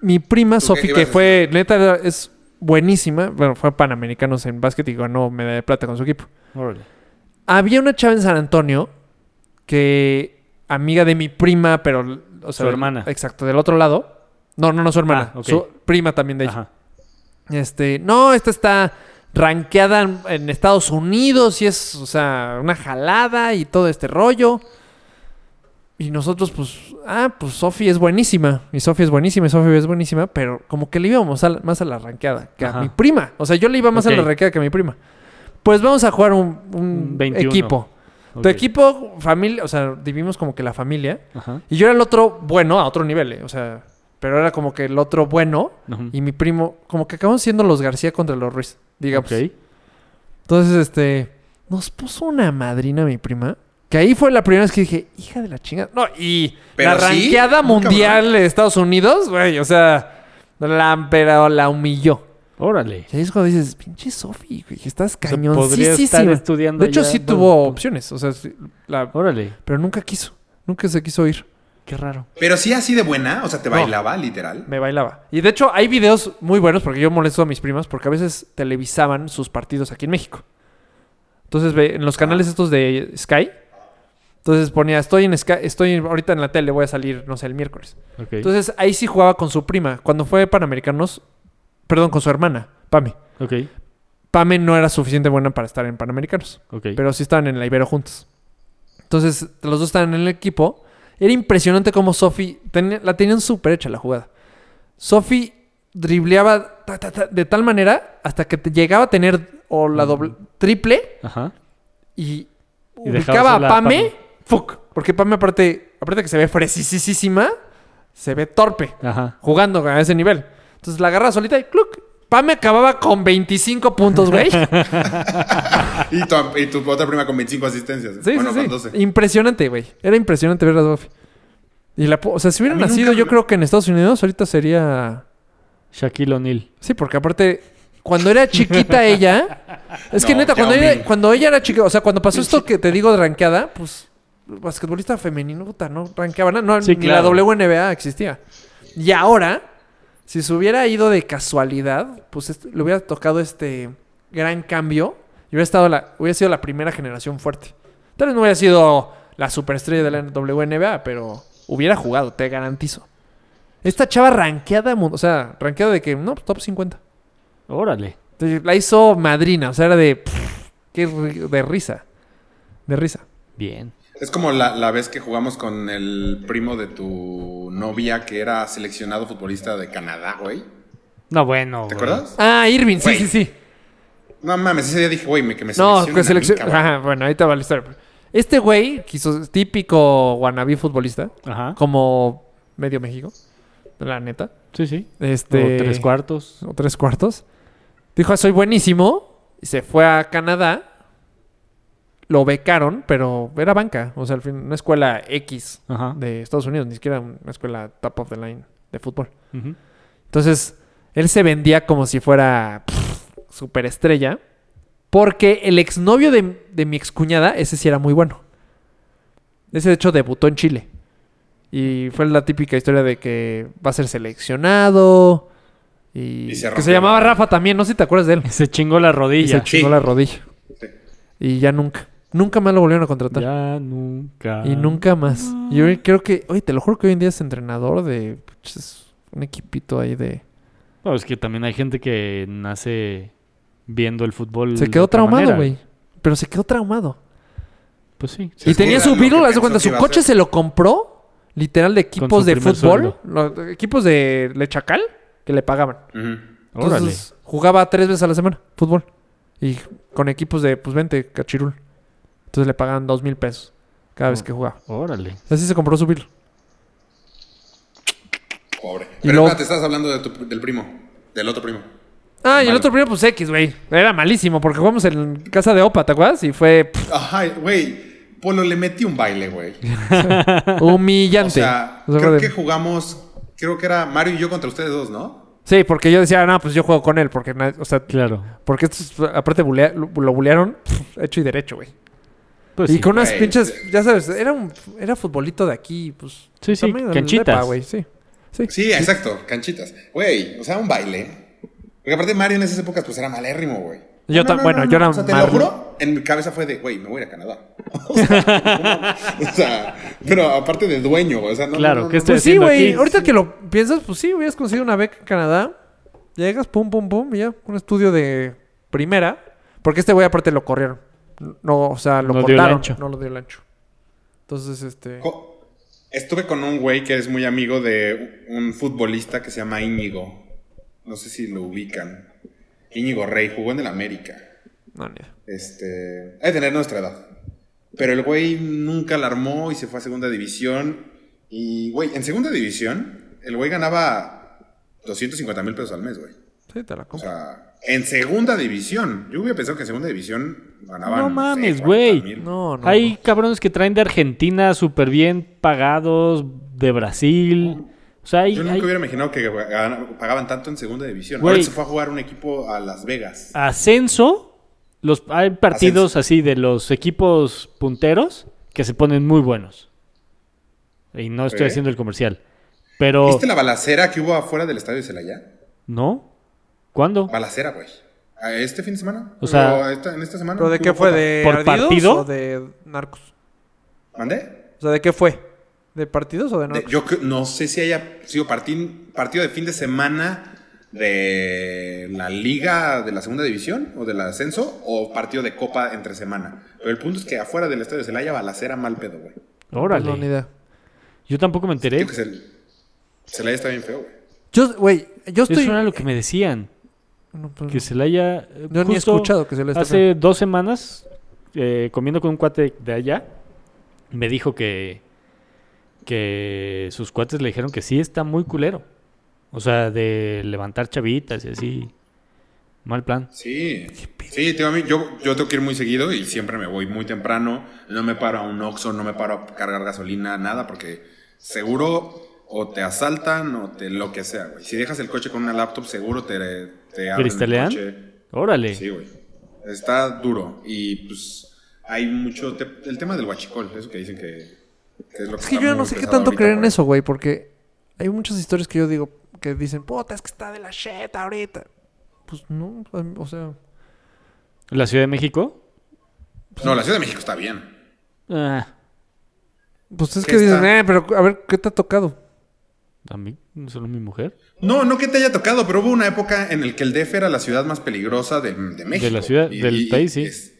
Speaker 1: Mi prima
Speaker 3: ¿Tú qué
Speaker 1: Sofi,
Speaker 3: ibas
Speaker 1: que
Speaker 3: a
Speaker 1: fue, neta, era- es buenísima. Bueno, fue a Panamericanos en básquet y ganó medalla de plata con su equipo.
Speaker 2: Órale.
Speaker 1: Había una chava en San Antonio que, amiga de mi prima, pero. O sea,
Speaker 2: Su hermana.
Speaker 1: Exacto, del otro lado. No, no, no, su hermana.
Speaker 2: Ah, ok.
Speaker 1: Su prima también de ella.
Speaker 2: Ajá.
Speaker 1: Este, no, esta está rankeada en, en Estados Unidos y es, o sea, una jalada y todo este rollo. Y nosotros, pues, ah, pues Sofi es buenísima. Y Sofi es buenísima, y Sofi es buenísima, pero como que le íbamos a la- más a la ranqueada que
Speaker 2: Ajá.
Speaker 1: a mi prima. O sea, yo le iba más a
Speaker 2: Ok.
Speaker 1: la ranqueada que a mi prima. Pues vamos a jugar un, un
Speaker 2: Un 21.
Speaker 1: equipo.
Speaker 2: Ok.
Speaker 1: Tu equipo, familia, o sea, vivimos como que la familia.
Speaker 2: Ajá.
Speaker 1: Y yo era el otro bueno a otro nivel, eh, o sea, pero era como que el otro bueno
Speaker 2: Ujú.
Speaker 1: y mi primo, como que acabamos siendo los García contra los Ruiz, digamos.
Speaker 2: Ok.
Speaker 1: Entonces, este, nos puso una madrina mi prima, que ahí fue la primera vez que dije, hija de la chingada. No, y
Speaker 3: Pero
Speaker 1: la
Speaker 3: sí,
Speaker 1: ranqueada
Speaker 3: muy
Speaker 1: mundial
Speaker 3: cabrón.
Speaker 1: de Estados Unidos, güey, o sea, la, pero la humilló.
Speaker 2: Órale.
Speaker 1: Y ahí es cuando dices, pinche Sofi, güey, que estás
Speaker 2: sea,
Speaker 1: cañón.
Speaker 2: podría estar estudiando
Speaker 1: de hecho,
Speaker 2: allá,
Speaker 1: sí
Speaker 2: bueno,
Speaker 1: tuvo
Speaker 2: pues.
Speaker 1: opciones, o sea, sí, la-
Speaker 2: Órale.
Speaker 1: pero nunca quiso, nunca se quiso ir.
Speaker 2: Qué raro.
Speaker 3: Pero sí así de buena. O sea, te
Speaker 1: No.
Speaker 3: bailaba, literal.
Speaker 1: Me bailaba. Y de hecho hay videos muy buenos porque yo molesto a mis primas porque a veces televisaban sus partidos aquí en México. Entonces ve- en los canales estos de Sky. Entonces ponía, estoy en Sky, estoy ahorita en la tele, voy a salir, no sé, el miércoles.
Speaker 2: Ok.
Speaker 1: Entonces ahí sí jugaba con su prima. Cuando fue Panamericanos, perdón, con su hermana, Pame.
Speaker 2: ok.
Speaker 1: Pamen no era suficiente buena para estar en Panamericanos.
Speaker 2: Ok.
Speaker 1: Pero sí estaban en la Ibero juntos. Entonces, los dos estaban en el equipo. Era impresionante cómo Sofi tenía- la tenían súper hecha la jugada. Sofi dribleaba ta, ta, ta, de tal manera hasta que te llegaba a tener o la doble, triple
Speaker 2: Ajá.
Speaker 1: y,
Speaker 2: Y dejaba
Speaker 1: ubicaba a
Speaker 2: sola a
Speaker 1: Pame.
Speaker 2: Pame.
Speaker 1: Fuck. Porque Pame, aparte, aparte que se ve fresisísima, se ve torpe
Speaker 2: Ajá.
Speaker 1: jugando a ese nivel. Entonces la agarra solita y cluck. Pame acababa con 25 puntos, güey.
Speaker 3: Y tu, y tu otra prima con 25 asistencias.
Speaker 1: Sí,
Speaker 3: bueno,
Speaker 1: sí,
Speaker 3: con
Speaker 1: sí.
Speaker 3: 12.
Speaker 1: Impresionante, güey. Era impresionante ver a Sofi. Y la, po- o sea, si hubiera
Speaker 3: A mí nunca
Speaker 1: nacido, yo
Speaker 3: me-
Speaker 1: creo que en Estados Unidos ahorita sería.
Speaker 2: Shaquille O'Neal.
Speaker 1: Sí, porque aparte, cuando era chiquita ella. Es que
Speaker 3: No,
Speaker 1: neta, cuando
Speaker 3: Yao
Speaker 1: ella,
Speaker 3: Ming.
Speaker 1: cuando ella era chiquita, o sea, cuando pasó esto que te digo de ranqueada, pues basquetbolista femenino, puta, no ranqueaba nada. No,
Speaker 2: Sí,
Speaker 1: ni
Speaker 2: claro.
Speaker 1: la WNBA existía. Y ahora, si se hubiera ido de casualidad, pues est- le hubiera tocado este gran cambio y hubiera, estado la, hubiera sido la primera generación fuerte. Tal vez no hubiera sido la superestrella de la WNBA, pero hubiera jugado, te garantizo. Esta chava ranqueada, o sea, ranqueada de que, no, pues, top 50.
Speaker 2: Órale.
Speaker 1: Entonces, la hizo madrina, o sea, era de. pff, qué ri- de risa. De risa.
Speaker 2: Bien.
Speaker 3: Es como la, la vez que jugamos con el primo de tu novia que era seleccionado futbolista de Canadá, güey.
Speaker 2: No, bueno.
Speaker 3: ¿Te
Speaker 2: güey.
Speaker 3: acuerdas?
Speaker 1: Ah, Irving, sí,
Speaker 3: Güey,
Speaker 1: sí, sí.
Speaker 3: No mames, ese día dije, güey, me, que me
Speaker 1: No,
Speaker 3: seleccionen.
Speaker 1: que
Speaker 3: a mí,
Speaker 1: selección.
Speaker 3: cabrón.
Speaker 1: Ajá, bueno, ahí te va la historia. Este güey, quiso, típico wannabe futbolista,
Speaker 2: Ajá.
Speaker 1: como medio México, la neta.
Speaker 2: Sí, sí.
Speaker 1: Este,
Speaker 2: O tres cuartos.
Speaker 1: o tres cuartos. Dijo, "Ah, soy buenísimo. Y se fue a Canadá. Lo becaron, pero era banca. O sea, al fin, una escuela X
Speaker 2: Ajá.
Speaker 1: de Estados Unidos, ni siquiera una escuela top of the line de fútbol.
Speaker 2: Ujú.
Speaker 1: Entonces, él se vendía como si fuera pff, superestrella. Porque el exnovio de, de mi excuñada, ese sí era muy bueno. Ese, de hecho, debutó en Chile. Y fue la típica historia de que va a ser seleccionado. Y,
Speaker 3: Y se
Speaker 1: que se
Speaker 3: rompió.
Speaker 1: llamaba Rafa también, no sé si te acuerdas de él.
Speaker 2: Se chingó la
Speaker 1: Y se
Speaker 2: rodilla.
Speaker 1: chingó
Speaker 3: Sí.
Speaker 1: la rodilla.
Speaker 3: Sí.
Speaker 1: Y ya nunca. Nunca más lo volvieron a contratar.
Speaker 2: Ya nunca.
Speaker 1: Y nunca más. Yo creo que, oye, te lo juro que hoy en día es entrenador de puches, un equipito ahí de...
Speaker 2: No, es que también hay gente que nace viendo el fútbol.
Speaker 1: Se
Speaker 2: de
Speaker 1: quedó
Speaker 2: otra
Speaker 1: traumado,
Speaker 2: manera.
Speaker 1: güey. Pero se quedó traumado.
Speaker 2: Pues sí.
Speaker 1: y
Speaker 3: Sí, es que
Speaker 1: tenía
Speaker 3: era
Speaker 1: su
Speaker 3: lo que
Speaker 1: virus, haz de
Speaker 3: pensó
Speaker 1: cuenta,
Speaker 3: que
Speaker 1: su
Speaker 3: iba a
Speaker 1: coche
Speaker 3: hacer.
Speaker 1: se lo compró literal de equipos
Speaker 2: su
Speaker 1: de
Speaker 2: primer
Speaker 1: fútbol,
Speaker 2: sueldo.
Speaker 1: los equipos de Lechacal que le pagaban.
Speaker 3: Ujú.
Speaker 2: Órale.
Speaker 1: Entonces jugaba tres veces a la semana fútbol y con equipos de, pues vente, cachirul. Entonces le pagaban dos mil pesos cada
Speaker 2: Mm.
Speaker 1: vez que jugaba.
Speaker 2: Órale.
Speaker 1: Así se compró su virus.
Speaker 3: Pobre.
Speaker 1: Y
Speaker 3: Pero
Speaker 1: luego-
Speaker 3: espérate, estabas hablando de tu- del primo. Del otro primo.
Speaker 1: Ah, y el
Speaker 3: Malo.
Speaker 1: otro primero, pues X, güey. Era malísimo porque jugamos en casa de Opa, ¿te acuerdas? Y fue pff,
Speaker 3: Ajá, güey. Polo le metí un baile, güey.
Speaker 1: humillante.
Speaker 3: O sea,
Speaker 1: O sea,
Speaker 3: creo
Speaker 1: fue
Speaker 3: que
Speaker 1: de-
Speaker 3: jugamos. Creo que era Mario y yo contra ustedes dos, ¿no?
Speaker 1: Sí, porque yo decía, no, pues yo juego con él, porque, na- o sea,
Speaker 2: Claro.
Speaker 1: Porque estos, aparte, bulea- lo, lo bulearon pf, hecho y derecho, güey.
Speaker 2: Pues
Speaker 1: y
Speaker 2: sí.
Speaker 1: con unas
Speaker 3: Güey,
Speaker 1: pinches,
Speaker 3: sí.
Speaker 1: ya sabes, era un era futbolito de aquí, pues.
Speaker 2: Sí, sí,
Speaker 1: también del
Speaker 2: canchitas.
Speaker 1: depa, güey, sí. Sí.
Speaker 3: Sí, exacto. Canchitas. Güey, o sea, un baile. Porque aparte Mario en esas épocas pues era malérrimo, güey.
Speaker 1: Yo tam- bueno, yo era
Speaker 3: O sea, te
Speaker 1: mal-
Speaker 3: lo juro, en mi cabeza fue de, güey, me voy a ir a Canadá. O sea, o sea, pero aparte de dueño, o sea, no.
Speaker 2: Claro,
Speaker 3: no, no,
Speaker 2: que
Speaker 3: no.
Speaker 2: estoy
Speaker 1: Pues sí,
Speaker 2: haciendo
Speaker 1: güey.
Speaker 2: aquí?
Speaker 1: Ahorita que lo piensas, pues sí, hubieras conseguido una beca en Canadá. Llegas, pum, pum, pum, y ya, un estudio de primera. Porque este güey, aparte, lo corrieron. No, o sea, lo
Speaker 2: No dio el
Speaker 1: cortaron.
Speaker 2: ancho.
Speaker 1: No lo dio el ancho. Entonces, este.
Speaker 3: Co- Estuve con un güey que es muy amigo de un futbolista que se llama Íñigo. No sé si lo ubican. Íñigo Rey, jugó en el América.
Speaker 1: No, ni idea.
Speaker 3: Este, ha de tener nuestra edad. Pero el güey nunca la armó y se fue a segunda división. Y, güey, en segunda división, el güey ganaba 250 mil pesos al mes, güey.
Speaker 1: Sí, te la
Speaker 3: O
Speaker 1: compro.
Speaker 3: sea, en segunda división. Yo hubiera pensado que en segunda división ganaban.
Speaker 2: No
Speaker 3: sé,
Speaker 2: mames,
Speaker 3: 40
Speaker 2: güey.
Speaker 3: mil.
Speaker 1: no, no.
Speaker 2: Hay cabrones que traen de Argentina súper bien pagados, de Brasil. O sea, hay,
Speaker 3: Yo nunca
Speaker 2: hay-
Speaker 3: hubiera imaginado que gana- pagaban tanto en segunda división.
Speaker 2: Güey. Ah,
Speaker 3: Ahora se fue a jugar un equipo a Las Vegas.
Speaker 2: ascenso. Los, hay partidos así de los equipos punteros que se ponen muy buenos. Y no estoy
Speaker 3: ¿Eh?
Speaker 2: haciendo el comercial. Pero.
Speaker 3: ¿Viste la balacera que hubo afuera del estadio de Celaya?
Speaker 2: ¿No? ¿Cuándo?
Speaker 3: Balacera, güey. ¿A ¿Este fin de semana?
Speaker 2: O sea-
Speaker 3: esta- ¿En esta semana?
Speaker 1: ¿Pero de
Speaker 3: hubo
Speaker 1: qué fue?
Speaker 3: otra.
Speaker 1: ¿De
Speaker 2: ¿Por
Speaker 1: Ardidos
Speaker 2: partido?
Speaker 1: o de Narcos?
Speaker 3: ¿Mandé?
Speaker 1: O sea, ¿de qué fue? ¿De partidos o de no?
Speaker 3: De- yo cre- no sé si haya sido partín- partido de fin de semana de la liga de la segunda división o del ascenso o partido de copa entre semana. Pero el punto es que afuera del estadio Celaya balacera mal pedo, güey.
Speaker 1: No, ni
Speaker 2: Órale.
Speaker 1: idea.
Speaker 2: Yo tampoco me enteré.
Speaker 3: Digo que Cel- Celaya está bien feo, güey.
Speaker 1: Yo, güey, yo estoy.
Speaker 2: Eso era lo que me decían.
Speaker 1: No, pues,
Speaker 2: Que Celaya. eh,
Speaker 1: Yo ni he
Speaker 2: justo
Speaker 1: escuchado que Celaya está
Speaker 2: Hace dos semanas, eh, comiendo con un cuate de allá, me dijo que, que sus cuates le dijeron que sí está muy culero. O sea, de levantar chavitas y así. Mal plan.
Speaker 3: Sí. Sí, tío, a mí, yo, yo tengo que ir muy seguido y siempre me voy muy temprano. No me paro a un Oxxo, no me paro a cargar gasolina, nada, porque seguro o te asaltan o te lo que sea, güey. Si dejas el coche con una laptop, seguro te, te abren
Speaker 2: ¿Cristalean?
Speaker 3: el coche.
Speaker 2: Órale.
Speaker 3: Sí, güey. Está duro. Y pues hay mucho. te- el tema del guachicol, eso que dicen que, que es lo que.
Speaker 1: Es que
Speaker 3: está
Speaker 1: yo ya
Speaker 3: muy
Speaker 1: no sé qué
Speaker 3: pesado
Speaker 1: tanto
Speaker 3: ahorita,
Speaker 1: creer en
Speaker 3: güey.
Speaker 1: eso, güey, porque hay muchas historias que yo digo que dicen, puta, es que está de la shit ahorita. Pues no, o sea,
Speaker 2: ¿La Ciudad de México?
Speaker 3: No, la Ciudad de México está bien.
Speaker 2: Ah,
Speaker 1: pues es
Speaker 3: ¿Qué
Speaker 1: que dicen,
Speaker 3: está?
Speaker 1: eh, pero a ver, ¿qué te ha tocado?
Speaker 2: también. Solo mi mujer.
Speaker 3: No, no que te haya tocado, pero hubo una época en la que el DF era la ciudad más peligrosa de, de México.
Speaker 2: la ciudad- del país, sí.
Speaker 3: es-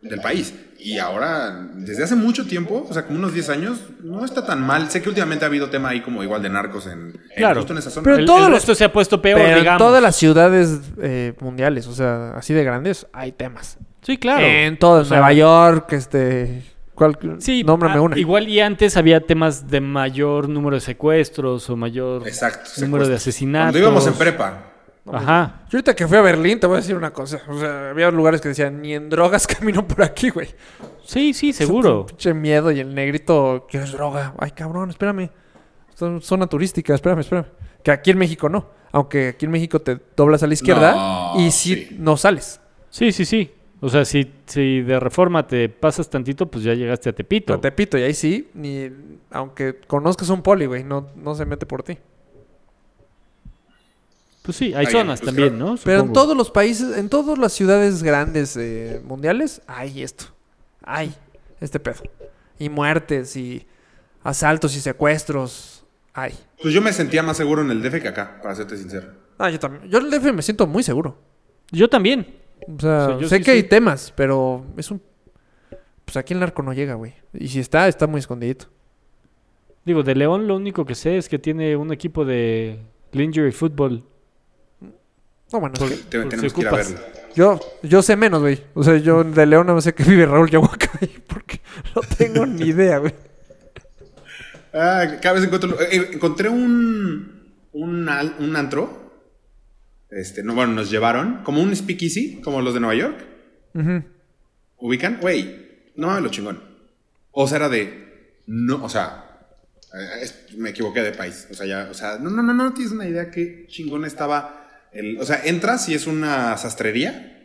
Speaker 3: del país. Y ahora, desde hace mucho tiempo, o sea, como unos 10 años, no está tan mal. Sé que últimamente ha habido tema ahí como igual de narcos en, en-
Speaker 2: Claro.
Speaker 3: justo en esa zona.
Speaker 1: Pero
Speaker 2: el,
Speaker 1: todos
Speaker 2: el
Speaker 1: los-
Speaker 2: resto se ha puesto peor,
Speaker 1: Pero en
Speaker 2: digamos.
Speaker 1: todas las ciudades eh, mundiales, o sea, así de grandes, hay temas.
Speaker 2: Sí, claro.
Speaker 1: En todas,
Speaker 2: sea-
Speaker 1: Nueva York, este, cual,
Speaker 2: Sí,
Speaker 1: nómbrame
Speaker 2: ah,
Speaker 1: una.
Speaker 2: Igual y antes había temas de mayor número de secuestros o mayor
Speaker 3: Exacto.
Speaker 2: número de
Speaker 3: secuestros.
Speaker 2: asesinatos.
Speaker 3: Cuando íbamos en prepa,
Speaker 2: Ajá.
Speaker 1: Yo ahorita que fui a Berlín te voy a decir una cosa. O sea, había lugares que decían, ni en drogas camino por aquí, güey.
Speaker 2: Sí, sí, seguro.
Speaker 1: Pinche miedo y el negrito, ¿qué es droga? Ay, cabrón, espérame. Esto es zona turística, espérame, espérame. Que aquí en México no. Aunque aquí en México te doblas a la izquierda
Speaker 3: No,
Speaker 1: y si
Speaker 3: sí.
Speaker 1: no sales.
Speaker 2: Sí, sí, sí. O sea, si, si de reforma te pasas tantito, pues ya llegaste a Tepito.
Speaker 1: Pero te pito, y ahí sí, ni aunque conozcas un poli, güey, no, no se mete por ti.
Speaker 2: Pues sí, hay
Speaker 3: Está bien,
Speaker 2: zonas
Speaker 3: pues
Speaker 2: también,
Speaker 3: claro.
Speaker 2: ¿no?
Speaker 1: Pero en
Speaker 2: Supongo.
Speaker 1: todos los países, en todas las ciudades grandes eh, mundiales, hay esto. Hay este pedo. Y muertes y asaltos y secuestros. Hay.
Speaker 3: Pues yo me sentía más seguro en el DF que acá, para serte sincero.
Speaker 1: Ah, yo también. Yo el DF me siento muy seguro.
Speaker 2: Yo también.
Speaker 1: O sea,
Speaker 2: O sea, yo
Speaker 1: sé
Speaker 2: sí
Speaker 1: que hay
Speaker 2: soy-
Speaker 1: temas, pero es un. Pues aquí el narco no llega, güey. Y si está, está muy escondidito.
Speaker 2: Digo, de León lo único que sé es que tiene un equipo de Lingerie Football.
Speaker 1: No, bueno, es
Speaker 3: Te-
Speaker 1: que
Speaker 2: por
Speaker 3: tenemos
Speaker 2: si
Speaker 3: que ir a
Speaker 2: ocupas.
Speaker 3: verlo.
Speaker 1: yo, yo sé menos, güey. O sea, yo de León no sé que vive Raúl Yahuacay porque no tengo ni idea, güey.
Speaker 3: Ah, cada vez encuentro. eh, eh, encontré un, un, al- un antro. Este, no, bueno, nos llevaron. Como un speakeasy, como los de Nueva York.
Speaker 1: Ujú.
Speaker 3: ¿Ubican? Güey, no mames lo chingón. O sea, era de. No, o sea. eh, es- Me equivoqué de país. O sea, ya. O sea, no, no, no, no tienes una idea qué chingón estaba. El, o sea, entras y es una sastrería.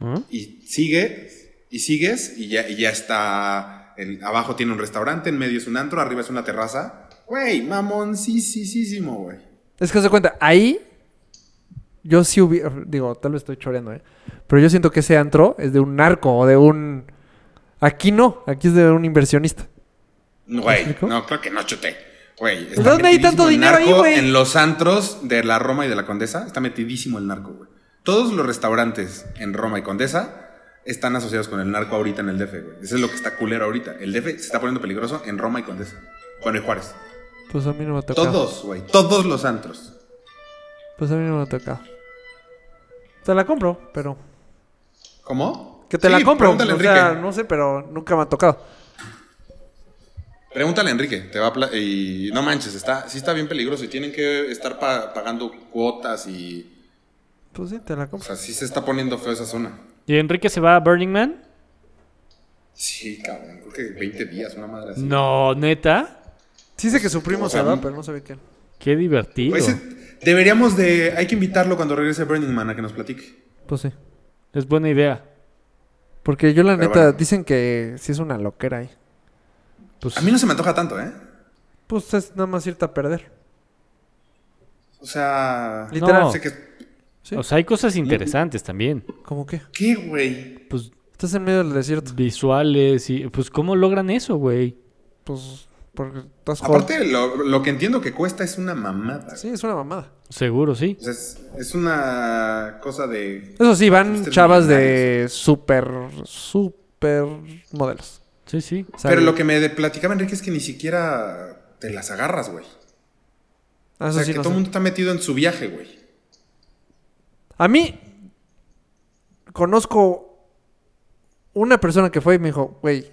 Speaker 2: ¿Ah?
Speaker 3: y sigue y sigues y ya, y ya está el- abajo tiene un restaurante, en medio es un antro, arriba es una terraza. Güey, mamoncísimo, güey.
Speaker 1: Es que se cuenta, ahí yo sí hubiera, digo, tal vez estoy choreando, ¿eh? Pero yo siento que ese antro es de un narco o de un... Aquí no, aquí es de un inversionista.
Speaker 3: Güey,
Speaker 1: explico?
Speaker 3: no, creo que no chuté. Güey, está
Speaker 1: ¿Dónde hay
Speaker 3: metidísimo
Speaker 1: tanto
Speaker 3: el
Speaker 1: dinero ahí,
Speaker 3: narco
Speaker 1: güey?
Speaker 3: En los antros de la Roma y de la Condesa está metidísimo el narco, güey. Todos los restaurantes en Roma y Condesa están asociados con el narco ahorita en el DF, güey. Eso es lo que está culero ahorita. El DF se está poniendo peligroso en Roma y Condesa. Bueno, y Juárez.
Speaker 1: Pues a mí no me ha tocado.
Speaker 3: Todos, güey. Todos los antros.
Speaker 1: Pues a mí no me ha tocado. Te la compro, pero...
Speaker 3: ¿Cómo?
Speaker 1: Que te
Speaker 3: Sí,
Speaker 1: la compro. O
Speaker 3: pregúntale a
Speaker 1: sea,
Speaker 3: Enrique.
Speaker 1: no sé, pero nunca me ha tocado.
Speaker 3: Pregúntale a Enrique, te va a pla- y no manches, está, sí está bien peligroso y tienen que estar pa- pagando cuotas y,
Speaker 1: Pues sí, te la
Speaker 3: o
Speaker 1: compro.
Speaker 3: sea, sí se está poniendo feo esa zona.
Speaker 2: ¿Y Enrique se va a Burning Man?
Speaker 3: Sí, cabrón, creo que 20 días, una madre así.
Speaker 2: No, neta.
Speaker 1: Sí sé que su primo
Speaker 3: O
Speaker 1: se
Speaker 3: sea,
Speaker 1: va,
Speaker 3: no-
Speaker 1: pero no sabe quién.
Speaker 2: Qué divertido.
Speaker 3: Güey, ese- Pues deberíamos de, hay que invitarlo cuando regrese Burning Man a que nos platique.
Speaker 1: Pues sí.
Speaker 2: Es buena idea.
Speaker 1: Porque yo la
Speaker 3: Pero
Speaker 1: neta,
Speaker 3: bueno.
Speaker 1: dicen que sí es una loquera ahí.
Speaker 2: Pues,
Speaker 3: A mí no se me antoja tanto, ¿eh?
Speaker 1: Pues es nada más irte a perder.
Speaker 3: O sea,
Speaker 1: Literal.
Speaker 3: sé que,
Speaker 1: Sí.
Speaker 2: O sea, hay cosas interesantes también.
Speaker 1: ¿Cómo qué?
Speaker 3: ¿qué, güey?
Speaker 2: Pues
Speaker 1: Estás en medio del desierto.
Speaker 2: visuales y... Pues, ¿cómo logran eso, güey?
Speaker 1: Pues porque estás joven.
Speaker 3: Aparte, lo, lo que entiendo que cuesta es una mamada.
Speaker 1: Sí, es una mamada.
Speaker 2: Seguro, sí.
Speaker 3: O sea, es, es una cosa de.
Speaker 1: Eso sí, van
Speaker 3: Ustedes
Speaker 1: chavas de
Speaker 3: millonarios.
Speaker 1: súper, súper modelos.
Speaker 2: Sí, sí.
Speaker 1: O sea,
Speaker 3: Pero lo que me de- platicaba Enrique es que ni siquiera te las agarras, güey.
Speaker 1: ah,
Speaker 3: O
Speaker 1: eso
Speaker 3: sea,
Speaker 1: sí,
Speaker 3: que
Speaker 1: no
Speaker 3: todo el
Speaker 1: sé.
Speaker 3: mundo está metido en su viaje, güey.
Speaker 1: A mí, conozco una persona que fue y me dijo, güey,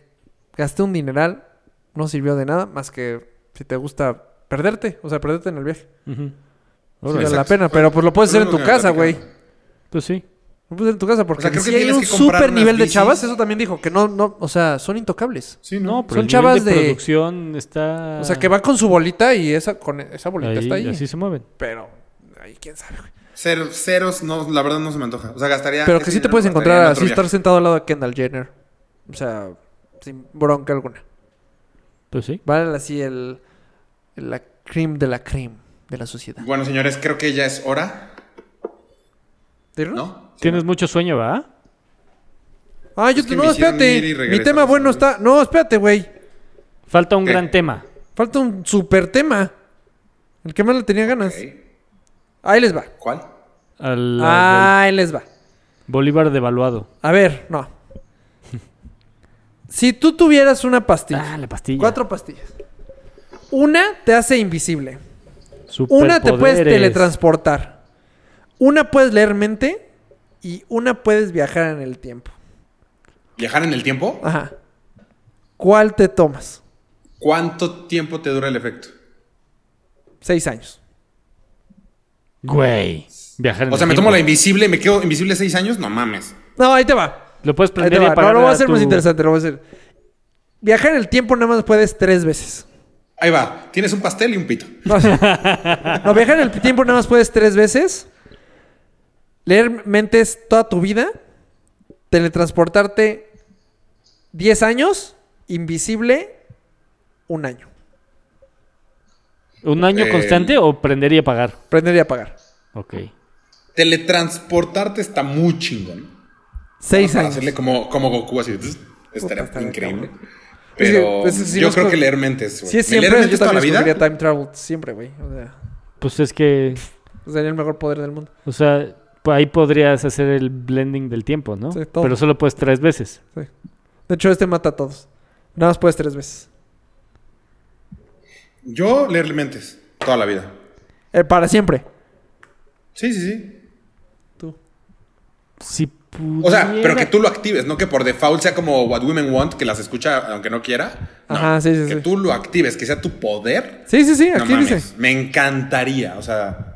Speaker 1: gasté un dineral, no sirvió de nada, más que si te gusta perderte, o sea, perderte en el viaje.
Speaker 2: Ujú.
Speaker 1: Sí vale
Speaker 3: exacto.
Speaker 1: la pena, pero pues lo puedes
Speaker 3: Fue
Speaker 1: hacer en
Speaker 3: lo
Speaker 1: tu
Speaker 3: mismo que me
Speaker 1: casa, güey.
Speaker 3: platicaron.
Speaker 2: Pues sí.
Speaker 1: Lo puedes hacer en tu casa, porque
Speaker 3: creo que
Speaker 1: sí hay
Speaker 3: tienes
Speaker 1: un
Speaker 3: que comprar
Speaker 1: súper
Speaker 3: unas
Speaker 1: nivel de
Speaker 3: bicis.
Speaker 1: chavas, eso también dijo, que no, no, o sea, son intocables.
Speaker 3: Sí,
Speaker 2: No,
Speaker 3: ¿no?
Speaker 2: pero
Speaker 1: Son
Speaker 2: el nivel
Speaker 1: chavas
Speaker 2: de
Speaker 1: de-
Speaker 2: producción está
Speaker 1: O sea, que va con su bolita y esa, con e-, esa bolita
Speaker 2: ahí,
Speaker 1: está ahí.
Speaker 2: así se mueven.
Speaker 1: Pero, ahí quién sabe, güey.
Speaker 3: Cero- ceros, no, la verdad no se me antoja. O sea, gastaría.
Speaker 1: Pero
Speaker 3: ese
Speaker 1: que sí te
Speaker 3: dinero
Speaker 1: puedes
Speaker 3: lo gastaría
Speaker 1: encontrar
Speaker 3: en otro
Speaker 1: así, estar
Speaker 3: viaje.
Speaker 1: sentado al lado de Kendall Jenner. O sea, sin bronca alguna.
Speaker 2: Pues sí.
Speaker 1: Vale así el, el- la cream de la cream de la sociedad.
Speaker 3: Bueno, señores, creo que ya es hora,
Speaker 1: ¿Te dieron?
Speaker 3: ¿no?
Speaker 2: Tienes mucho sueño, ¿va?
Speaker 1: Ah, yo
Speaker 3: Es
Speaker 1: te,
Speaker 3: que
Speaker 1: no,
Speaker 3: me hicieron ir y
Speaker 1: espérate. Mi
Speaker 3: regresar,
Speaker 1: tema bueno
Speaker 3: ¿sabes?
Speaker 1: está. No, espérate, güey.
Speaker 2: Falta un
Speaker 3: ¿Qué?
Speaker 2: gran tema.
Speaker 1: Falta un super tema. El que más le tenía ganas.
Speaker 3: Ok.
Speaker 1: Ahí les va.
Speaker 3: ¿Cuál?
Speaker 2: a la
Speaker 1: Ahí les va.
Speaker 2: del Bolívar devaluado.
Speaker 1: A ver, no. si tú tuvieras una pastilla,
Speaker 2: Ah, la pastilla.
Speaker 1: cuatro pastillas. Una te hace invisible. Una
Speaker 2: Superpoderes.
Speaker 1: te puedes teletransportar. Una puedes leer mente y una puedes viajar en el tiempo.
Speaker 3: ¿Viajar en el tiempo?
Speaker 1: Ajá. ¿Cuál te tomas?
Speaker 3: ¿Cuánto tiempo te dura el efecto?
Speaker 1: Seis años.
Speaker 2: Güey. Viajar en
Speaker 3: O sea,
Speaker 2: el
Speaker 3: me tomo la
Speaker 2: tiempo.
Speaker 3: invisible, me quedo invisible seis años, no mames.
Speaker 1: No, ahí te va.
Speaker 2: Lo puedes
Speaker 1: Ahí te
Speaker 2: prender y
Speaker 1: va.
Speaker 2: apagar
Speaker 1: No, lo voy a hacer
Speaker 2: tu-
Speaker 1: más interesante, lo voy a hacer. Viajar en el tiempo nada más puedes tres veces.
Speaker 3: Ahí va, tienes un pastel y un pito.
Speaker 1: No, no, viajar en el tiempo nada más puedes tres veces. Leer mentes toda tu vida. Teletransportarte 10 años. Invisible un año.
Speaker 2: ¿Un año
Speaker 3: Eh,
Speaker 2: constante o prender y apagar?
Speaker 1: Prender y apagar.
Speaker 2: Ok.
Speaker 3: Teletransportarte está muy chingón.
Speaker 1: Seis
Speaker 3: Para
Speaker 1: años.
Speaker 3: Ah, hacerle como, como Goku así. tss, Estaría
Speaker 1: está bien,
Speaker 3: increíble.
Speaker 1: Es que,
Speaker 3: Pero
Speaker 1: pues, si
Speaker 3: yo
Speaker 1: los
Speaker 3: creo
Speaker 1: co-
Speaker 3: que leer mentes, güey.
Speaker 1: Si es
Speaker 3: ¿Me leer
Speaker 1: siempre, yo
Speaker 3: mentes toda la
Speaker 1: también
Speaker 3: vida?
Speaker 1: escogería time travel siempre, güey. O sea,
Speaker 2: Pues es que,
Speaker 1: sería el mejor poder del mundo.
Speaker 2: o sea, pues ahí podrías hacer el blending del tiempo, ¿no?
Speaker 1: Sí, todo.
Speaker 2: Pero solo puedes tres veces.
Speaker 1: Sí. De hecho, este mata a todos. Nada más puedes tres veces.
Speaker 3: Yo leer mentes toda la vida.
Speaker 1: Eh, para siempre.
Speaker 3: Sí, sí, sí.
Speaker 1: Tú.
Speaker 2: Si pudiera...
Speaker 3: O sea, pero que tú lo actives, no que por default sea como What Women Want, que las escucha aunque no quiera. No,
Speaker 1: Ajá, sí, sí,
Speaker 3: Que
Speaker 1: sí.
Speaker 3: tú lo actives, que sea tu poder.
Speaker 1: Sí, sí, sí.
Speaker 3: No
Speaker 1: Aquí
Speaker 3: mames,
Speaker 1: dice.
Speaker 3: Me encantaría, o sea.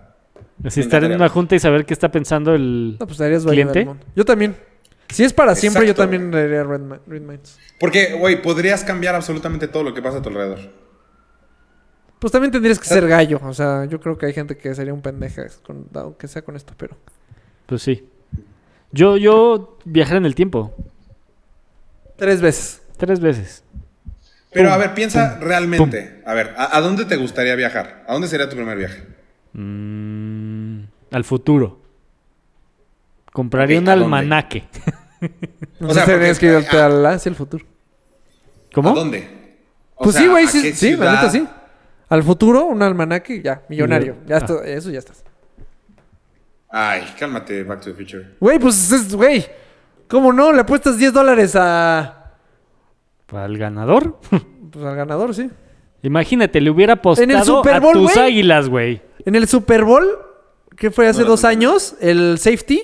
Speaker 2: Así estar en una junta y saber qué está pensando el...
Speaker 1: No, pues darías value
Speaker 2: ¿Cliente?
Speaker 1: al mundo. Yo también. Si es para siempre, yo
Speaker 3: Exacto,
Speaker 1: también daría Red, Mi- Red Minds.
Speaker 3: Porque, güey, podrías cambiar absolutamente todo lo que pasa a tu alrededor.
Speaker 1: Pues también tendrías que
Speaker 3: Ah.
Speaker 1: ser gallo. O sea, yo creo que hay gente que sería un pendeja, con- aunque sea con esto, pero.
Speaker 2: Pues sí. Yo, yo viajar en el tiempo.
Speaker 1: Tres veces.
Speaker 2: Tres veces.
Speaker 3: Pero a ver, piensa realmente. A ver, ¿a, a dónde te gustaría viajar? ¿A dónde sería tu primer viaje?
Speaker 2: Mm, al futuro. Compraría
Speaker 3: Ok,
Speaker 2: un
Speaker 3: ¿a dónde?
Speaker 2: almanaque.
Speaker 1: O sea,
Speaker 3: sea,
Speaker 1: tendrías
Speaker 3: porque-
Speaker 1: que irte al- hacia el futuro.
Speaker 2: ¿Cómo?
Speaker 3: ¿A dónde? O
Speaker 1: Pues
Speaker 3: sea,
Speaker 1: sí, güey,
Speaker 3: ¿a
Speaker 1: sí,
Speaker 3: qué
Speaker 1: sí, la neta
Speaker 3: ciudad?
Speaker 1: sí. Al futuro, un almanaque, ya, millonario.
Speaker 2: Millo-
Speaker 1: Ya
Speaker 2: ah.
Speaker 1: está, eso ya estás.
Speaker 3: Ay, cálmate, Back to the Future.
Speaker 1: Güey, pues es, güey. ¿Cómo no? Le apuestas 10 dólares a.
Speaker 2: Al ganador.
Speaker 1: Pues al ganador, sí.
Speaker 2: Imagínate, le hubiera apostado
Speaker 1: Super
Speaker 2: a
Speaker 1: Bowl,
Speaker 2: tus
Speaker 1: güey?
Speaker 2: águilas, güey.
Speaker 1: En el Super Bowl, que fue hace
Speaker 3: No,
Speaker 1: dos
Speaker 3: no, no.
Speaker 1: años, el safety.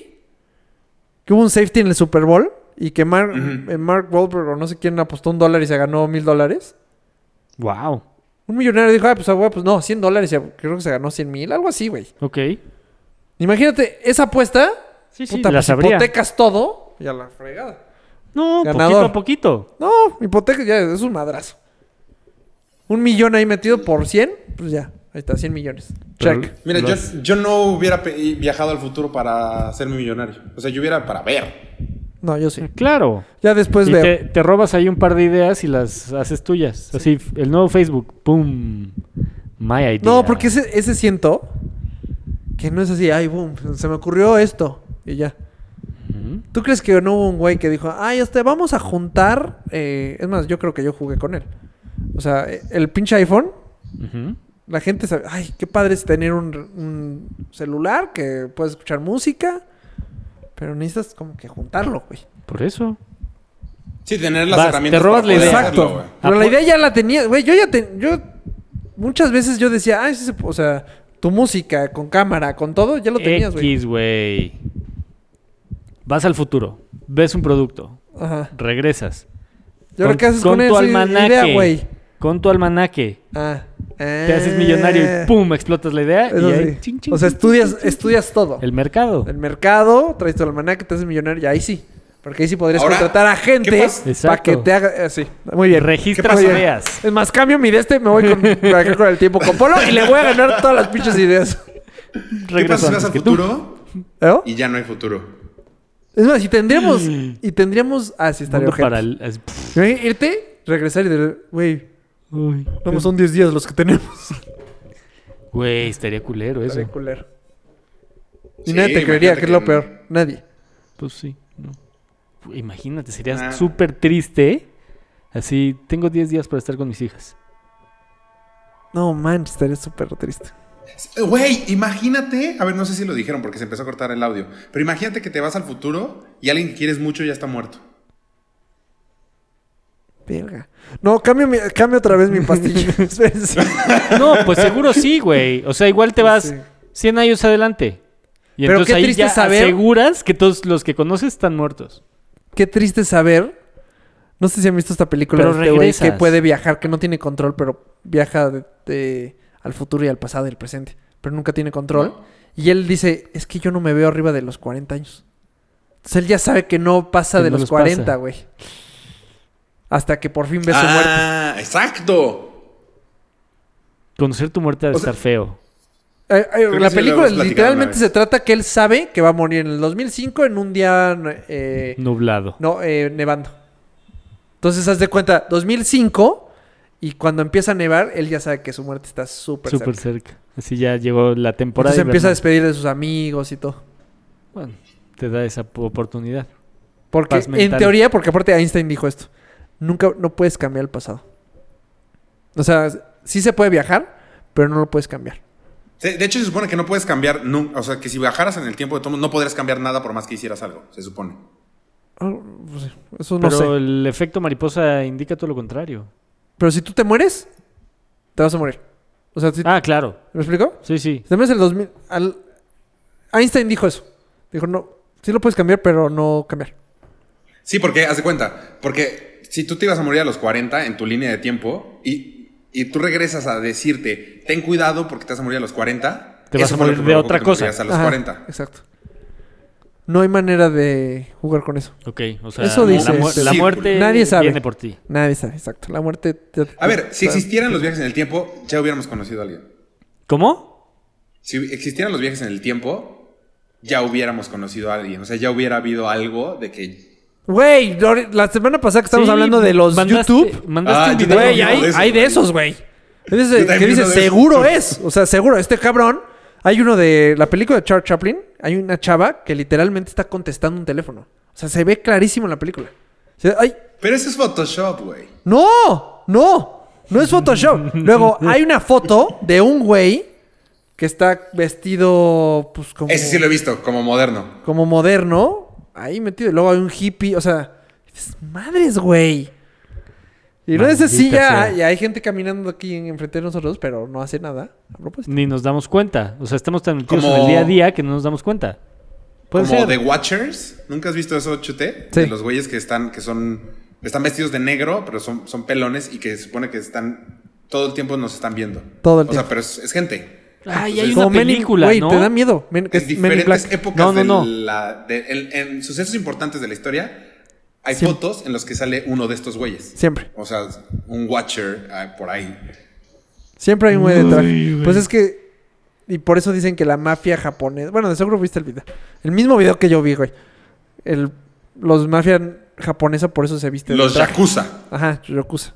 Speaker 1: Que hubo un safety en el Super Bowl. Y que Mark,
Speaker 3: Ujú.
Speaker 1: eh, Mark Wahlberg o no sé quién apostó un dólar y se ganó mil dólares.
Speaker 2: Wow.
Speaker 1: Un millonario dijo, ah, pues, ah, güey, pues no, 100 dólares. y Creo que se ganó 100 mil, algo así, güey.
Speaker 2: Ok.
Speaker 1: Imagínate, esa apuesta.
Speaker 2: Sí, sí,
Speaker 1: puta,
Speaker 2: la
Speaker 1: pues
Speaker 2: sabría.
Speaker 1: hipotecas todo. Y a la fregada.
Speaker 2: No,
Speaker 1: Ganador.
Speaker 2: poquito a poquito.
Speaker 1: No, hipoteca ya es un madrazo. Un millón ahí metido por 100, pues ya, ahí está, 100 millones.
Speaker 2: Pero-
Speaker 1: Check.
Speaker 3: Mira, yo,
Speaker 2: Los-
Speaker 3: yo no hubiera pe- viajado al futuro para hacerme millonario. O sea, yo hubiera para ver.
Speaker 1: No, yo sí.
Speaker 2: Claro.
Speaker 1: Ya después
Speaker 2: y
Speaker 1: veo.
Speaker 2: te, te robas ahí un par de ideas y las haces tuyas. Así, f- el nuevo Facebook, ¡pum! My idea.
Speaker 1: No, porque ese, ese siento que no es así, ay, boom, se me ocurrió esto y ya.
Speaker 2: Ujú.
Speaker 1: ¿Tú crees que no hubo un güey que dijo, ay, este, vamos a juntar? eh, es más, yo creo que yo jugué con él. O sea, eh, el pinche iPhone
Speaker 2: Ujú.
Speaker 1: La gente sabe, ay, qué padre es tener un, un celular que puedes escuchar música, pero necesitas como que juntarlo, güey.
Speaker 2: Por eso.
Speaker 3: Sí, tener las
Speaker 2: Vas,
Speaker 3: herramientas.
Speaker 2: te robas
Speaker 3: para
Speaker 2: la
Speaker 3: poder
Speaker 2: idea.
Speaker 3: hacerlo,
Speaker 1: Exacto.
Speaker 3: güey.
Speaker 1: Pero la
Speaker 2: Apo-
Speaker 1: idea ya la tenía, güey, yo ya te, yo muchas veces yo decía, ay, sí se- o sea, tu música con cámara, con todo, ya lo tenías, güey.
Speaker 2: X, güey. Vas al futuro, ves un producto,
Speaker 1: Ajá.
Speaker 2: regresas.
Speaker 1: ¿Y ahora qué haces con, eso? Idea, güey.
Speaker 2: Con tu almanaque.
Speaker 1: Ah.
Speaker 2: Te haces millonario y ¡pum! explotas la idea.
Speaker 1: Eh. Eso
Speaker 2: y ahí,
Speaker 1: sí.
Speaker 2: chin, chin,
Speaker 1: o sea,
Speaker 2: chin,
Speaker 1: estudias,
Speaker 2: chin, chin,
Speaker 1: estudias todo.
Speaker 2: chin.
Speaker 1: El,
Speaker 2: El mercado.
Speaker 1: mercado, traes tu almanaque, te haces millonario y ahí sí. Porque ahí sí podrías
Speaker 3: Ahora,
Speaker 1: contratar a
Speaker 3: ¿qué
Speaker 1: gente
Speaker 3: pasa?
Speaker 1: para
Speaker 2: Exacto.
Speaker 1: que te haga. eh, sí, muy bien.
Speaker 2: Registras
Speaker 1: Muy bien.
Speaker 2: ideas.
Speaker 1: Es más, cambio mi de este, me voy con, para acá con el tiempo con Polo y le voy a ganar todas las pinches ideas.
Speaker 3: ¿Qué pasa
Speaker 2: Regreso
Speaker 3: si
Speaker 2: antes
Speaker 3: vas al
Speaker 2: que tú.
Speaker 3: futuro
Speaker 1: ¿No?
Speaker 3: y ya no hay futuro?
Speaker 1: Es más, y tendríamos. Y tendríamos. Ah, sí, estaría
Speaker 2: Mundo
Speaker 1: ojete.
Speaker 2: paral- es- pff,
Speaker 1: Imagínate Irte, regresar y decir, güey,
Speaker 2: uy.
Speaker 1: no son 10 días los que tenemos.
Speaker 2: Güey, estaría culero eso.
Speaker 1: Estaría culero. Y
Speaker 3: Sí,
Speaker 1: nadie te creería
Speaker 3: imagínate
Speaker 1: que es lo
Speaker 3: que-
Speaker 1: peor. Nadie.
Speaker 2: Pues sí. no. Güey, Imagínate, serías
Speaker 3: Ah.
Speaker 2: súper triste. Así, tengo 10 días para estar con mis hijas.
Speaker 1: No, man, estaría súper triste.
Speaker 3: Güey, imagínate. A ver, no sé si lo dijeron porque se empezó a cortar el audio. Pero imagínate que te vas al futuro y alguien que quieres mucho ya está muerto.
Speaker 1: Verga. No, cambio, mi- cambio otra vez mi pastilla. Espérense.
Speaker 2: No, pues seguro sí, güey. O sea, igual te vas
Speaker 1: Sí.
Speaker 2: 100 años adelante. Y
Speaker 1: Pero
Speaker 2: entonces
Speaker 1: qué
Speaker 2: ahí
Speaker 1: triste
Speaker 2: ya
Speaker 1: saber-
Speaker 2: aseguras que todos los que conoces están muertos.
Speaker 1: Qué triste saber. No sé si han visto esta película
Speaker 2: Pero
Speaker 1: de este güey que
Speaker 2: regresas.
Speaker 1: puede viajar, que no tiene control, pero viaja de- de- al futuro y al pasado y al presente. Pero nunca tiene control. Y él dice, es que yo no me veo arriba de los 40 años. Entonces él ya sabe que no pasa
Speaker 2: Que
Speaker 1: de
Speaker 2: no
Speaker 1: los
Speaker 2: los
Speaker 1: 40,
Speaker 2: pasa.
Speaker 1: güey. Hasta que por fin ve su muerte.
Speaker 3: ah, exacto.
Speaker 2: Conocer tu muerte debe
Speaker 3: O sea-
Speaker 2: estar feo.
Speaker 1: Eh, eh,
Speaker 3: que
Speaker 1: la
Speaker 3: sí
Speaker 1: película
Speaker 3: lo hemos platicado una
Speaker 1: literalmente
Speaker 3: vez.
Speaker 1: se trata que él sabe que va a morir en el 2005 en un día eh,
Speaker 2: Nublado.
Speaker 1: no, eh, nevando. Entonces, haz de cuenta, 2005 y cuando empieza a nevar, él ya sabe que su muerte está súper
Speaker 2: Súper
Speaker 1: cerca.
Speaker 2: cerca. Así ya llegó la temporada.
Speaker 1: pues, Entonces empieza a
Speaker 2: invernal.
Speaker 1: despedir de sus amigos y todo.
Speaker 2: Bueno, te da esa po- oportunidad.
Speaker 1: Porque
Speaker 2: Paz
Speaker 1: en
Speaker 2: mental.
Speaker 1: teoría, porque aparte Einstein dijo esto, nunca no puedes cambiar el pasado. O sea, sí se puede viajar, pero no lo puedes cambiar.
Speaker 3: Se- De hecho, se supone que no puedes cambiar. nun- o sea, que si viajaras en el tiempo de tomo, no podrías cambiar nada por más que hicieras algo. Se supone.
Speaker 1: Ah, pues sí, Eso no
Speaker 2: Pero
Speaker 1: sé.
Speaker 2: el efecto mariposa indica todo lo contrario.
Speaker 1: Pero si tú te mueres, te vas a morir. O sea, si-
Speaker 2: Ah, claro.
Speaker 1: ¿me explico?
Speaker 2: Sí, sí.
Speaker 1: Si te mueres el 2000, al- Einstein dijo eso. Dijo, no, sí lo puedes cambiar, pero no cambiar.
Speaker 3: Sí, porque, haz de cuenta, porque si tú te ibas a morir a los 40 en tu línea de tiempo y, y tú regresas a decirte, ten cuidado porque te vas a morir a los 40,
Speaker 2: Te vas
Speaker 3: eso
Speaker 2: a
Speaker 3: fue lo
Speaker 2: morir
Speaker 3: que
Speaker 2: de
Speaker 3: provocó
Speaker 2: otra
Speaker 3: que te
Speaker 2: cosa.
Speaker 3: murieras a los
Speaker 1: Ajá,
Speaker 3: 40.
Speaker 1: Exacto. No hay manera de jugar con eso.
Speaker 2: Ok, o sea,
Speaker 1: Eso
Speaker 2: la
Speaker 1: dice. este
Speaker 2: mu- la,
Speaker 3: Sí,
Speaker 2: muerte
Speaker 1: Nadie sabe.
Speaker 2: viene por ti.
Speaker 1: Nadie sabe, exacto. La muerte. te-
Speaker 3: A ver,
Speaker 1: te-
Speaker 3: si existieran los viajes en el tiempo, ya hubiéramos conocido a alguien.
Speaker 2: ¿Cómo?
Speaker 3: Si existieran los viajes en el tiempo, ya hubiéramos conocido a alguien. O sea, ya hubiera habido algo de que...
Speaker 1: Güey, lo- la semana pasada que estábamos
Speaker 2: Sí,
Speaker 1: hablando de los
Speaker 2: mandaste-
Speaker 1: YouTube.
Speaker 2: Mandaste
Speaker 3: Ah,
Speaker 2: un
Speaker 3: yo
Speaker 2: video.
Speaker 3: también
Speaker 1: Güey, hay,
Speaker 3: uno de esos,
Speaker 1: hay de
Speaker 3: güey.
Speaker 1: esos, güey. Que
Speaker 3: Yo
Speaker 1: dice,
Speaker 3: también
Speaker 1: que dice,
Speaker 3: uno de esos.
Speaker 1: seguro es. O sea, seguro. Este cabrón. Hay uno de la película de Charles Chaplin. Hay una chava que literalmente está contestando un teléfono. O sea, se ve clarísimo en la película. O sea, ¡Ay!
Speaker 3: Pero eso es Photoshop, güey.
Speaker 1: ¡No! ¡No! No es Photoshop. Luego, hay una foto de un güey que está vestido, pues, como,
Speaker 3: Ese sí lo he visto, como moderno.
Speaker 1: como moderno. Ahí metido. Y luego hay un hippie. O sea, dices, madres, güey. Y no es así,
Speaker 2: Maldita
Speaker 1: ya,
Speaker 2: sea.
Speaker 1: ya hay gente caminando aquí en- enfrente de nosotros, pero no hace nada. A propósito.
Speaker 2: Ni nos damos cuenta. O sea, estamos tan metidos
Speaker 3: Como-
Speaker 2: en el día a día que no nos damos cuenta. Puede
Speaker 3: como
Speaker 2: ser.
Speaker 3: The Watchers. ¿Nunca has visto eso, Chute?
Speaker 1: Sí.
Speaker 3: De los güeyes que están, que son, están vestidos de negro, pero son, son pelones y que se supone que están todo el tiempo nos están viendo.
Speaker 1: Todo el
Speaker 3: O sea,
Speaker 1: tiempo.
Speaker 3: pero es, es gente.
Speaker 2: Ay, hay
Speaker 1: Como
Speaker 2: una
Speaker 1: Men in-
Speaker 2: película,
Speaker 1: güey,
Speaker 2: ¿no?
Speaker 1: te da miedo. Men- que
Speaker 3: En
Speaker 1: es Men in Black.
Speaker 3: diferentes épocas
Speaker 2: No, no,
Speaker 3: de
Speaker 2: no.
Speaker 3: la- de- en, en sucesos importantes de la historia, hay
Speaker 1: Sí.
Speaker 3: fotos en los que sale uno de estos güeyes.
Speaker 1: Siempre.
Speaker 3: O sea, un Watcher ah, por ahí.
Speaker 1: Siempre hay un güey detrás.
Speaker 2: Uy, güey.
Speaker 1: Pues es que. Y por eso dicen que la mafia japonesa. Bueno, de seguro viste el video. El mismo video que yo vi, güey. El, los mafia japonesa por eso se viste. de
Speaker 3: Los
Speaker 1: traje.
Speaker 3: Yakuza.
Speaker 1: Ajá, Yokuza.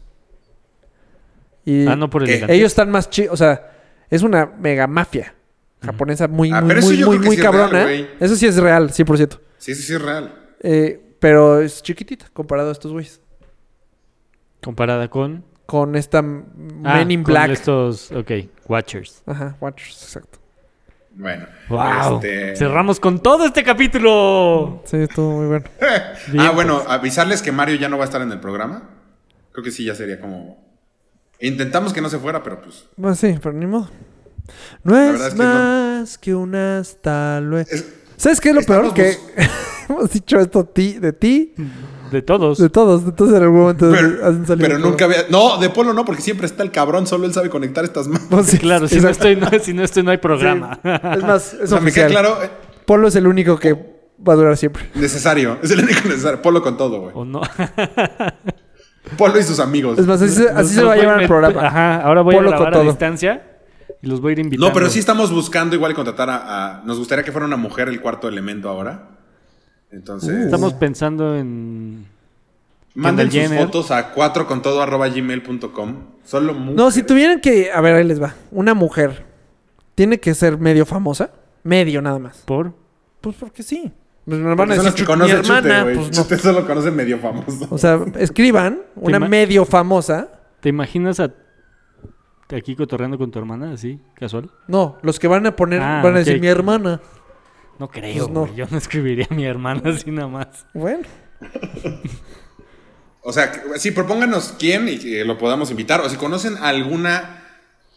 Speaker 1: Y
Speaker 2: Ah, no por el
Speaker 3: ¿Qué?
Speaker 2: delantero.
Speaker 1: ellos están más chi O sea, es una mega mafia japonesa muy,
Speaker 3: Ah,
Speaker 1: muy,
Speaker 3: pero eso
Speaker 1: muy,
Speaker 3: yo
Speaker 1: muy,
Speaker 3: creo que
Speaker 1: muy
Speaker 3: sí es real,
Speaker 1: cabrona.
Speaker 3: güey.
Speaker 1: eso sí es real, 100%.
Speaker 3: Sí, eso sí es real.
Speaker 1: Eh, pero es chiquitita comparado a estos güeyes.
Speaker 2: Comparada con
Speaker 1: con esta Men in
Speaker 2: Ah, con
Speaker 1: Black.
Speaker 2: Estos, ok, Watchers.
Speaker 1: Ajá, Watchers, exacto.
Speaker 3: Bueno.
Speaker 2: ¡Wow!
Speaker 3: este-
Speaker 2: Cerramos con todo este capítulo.
Speaker 1: Sí, estuvo muy bueno.
Speaker 3: Ah,
Speaker 1: pues.
Speaker 3: bueno, avisarles que Mario ya no va a estar en el programa. Creo que sí, ya sería como. Intentamos que no se fuera, pero pues.
Speaker 1: Bueno, sí, pero ni modo. No
Speaker 3: La
Speaker 1: es,
Speaker 3: verdad es que no.
Speaker 1: más que un hasta luego.
Speaker 3: Es-
Speaker 1: ¿Sabes qué es lo peor?
Speaker 3: Estamos
Speaker 1: Que hemos dicho esto ti- de ti,
Speaker 2: De todos.
Speaker 1: de todos. Entonces en algún momento
Speaker 3: Pero,
Speaker 1: hacen salir.
Speaker 3: pero
Speaker 1: el
Speaker 3: nunca
Speaker 1: programa.
Speaker 3: había. No, de Polo no, porque siempre está el cabrón, solo él sabe conectar estas manos.
Speaker 1: Pues sí,
Speaker 2: Claro, si no,
Speaker 1: exacto.
Speaker 2: estoy, no, si no estoy, no hay programa.
Speaker 1: Sí, Es más, es
Speaker 3: O sea, me queda
Speaker 1: oficial.
Speaker 3: claro, eh,
Speaker 1: Polo es el único que va a durar siempre.
Speaker 3: necesario. Es el único necesario. Polo con todo, güey.
Speaker 2: O no.
Speaker 3: Polo y sus amigos.
Speaker 1: Es más, así, se- así se
Speaker 2: Los
Speaker 1: va a
Speaker 2: voy
Speaker 1: llamar el
Speaker 2: met-
Speaker 1: programa.
Speaker 2: Ajá, ahora voy
Speaker 1: Polo
Speaker 2: a grabar
Speaker 1: con
Speaker 2: a
Speaker 1: todo.
Speaker 2: distancia y los voy a ir invitando.
Speaker 3: No, pero sí estamos buscando igual contratar a, a- Nos gustaría que fuera una mujer el cuarto elemento ahora.
Speaker 1: Uh,
Speaker 3: Entonces,
Speaker 2: Estamos pensando en.
Speaker 3: manden sus
Speaker 2: Kendall Jenner.
Speaker 3: fotos a 4 con todo arroba gmail.com. Solo mu-
Speaker 1: No, si tuvieran que. A ver, ahí les va. Una mujer tiene que ser medio famosa. Medio nada más.
Speaker 2: Por.
Speaker 1: Pues porque sí. Pues me van
Speaker 3: Porque
Speaker 1: a decir
Speaker 3: son las que
Speaker 1: "Chut, mi
Speaker 3: conoce Chute,
Speaker 1: hermana.
Speaker 3: güey.
Speaker 1: pues no.
Speaker 3: Chute solo conoce medio famoso.
Speaker 1: O sea, escriban una
Speaker 2: ima-
Speaker 1: medio famosa.
Speaker 2: ¿Te imaginas a. aquí cotorreando con tu hermana, así, casual?
Speaker 1: No, los que van a poner
Speaker 2: Ah,
Speaker 1: van a
Speaker 2: ok.
Speaker 1: decir mi hermana.
Speaker 2: No creo,
Speaker 1: Pues no.
Speaker 2: güey, Yo no escribiría a mi hermana así nada más.
Speaker 1: Bueno,
Speaker 3: O sea, que- sí, propónganos quién y que lo podamos invitar. O si conocen alguna.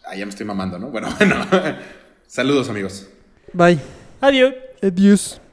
Speaker 3: Ah, ya me estoy mamando, ¿no? Bueno, bueno. Saludos, amigos.
Speaker 1: bye.
Speaker 2: Adiós.
Speaker 1: Adiós.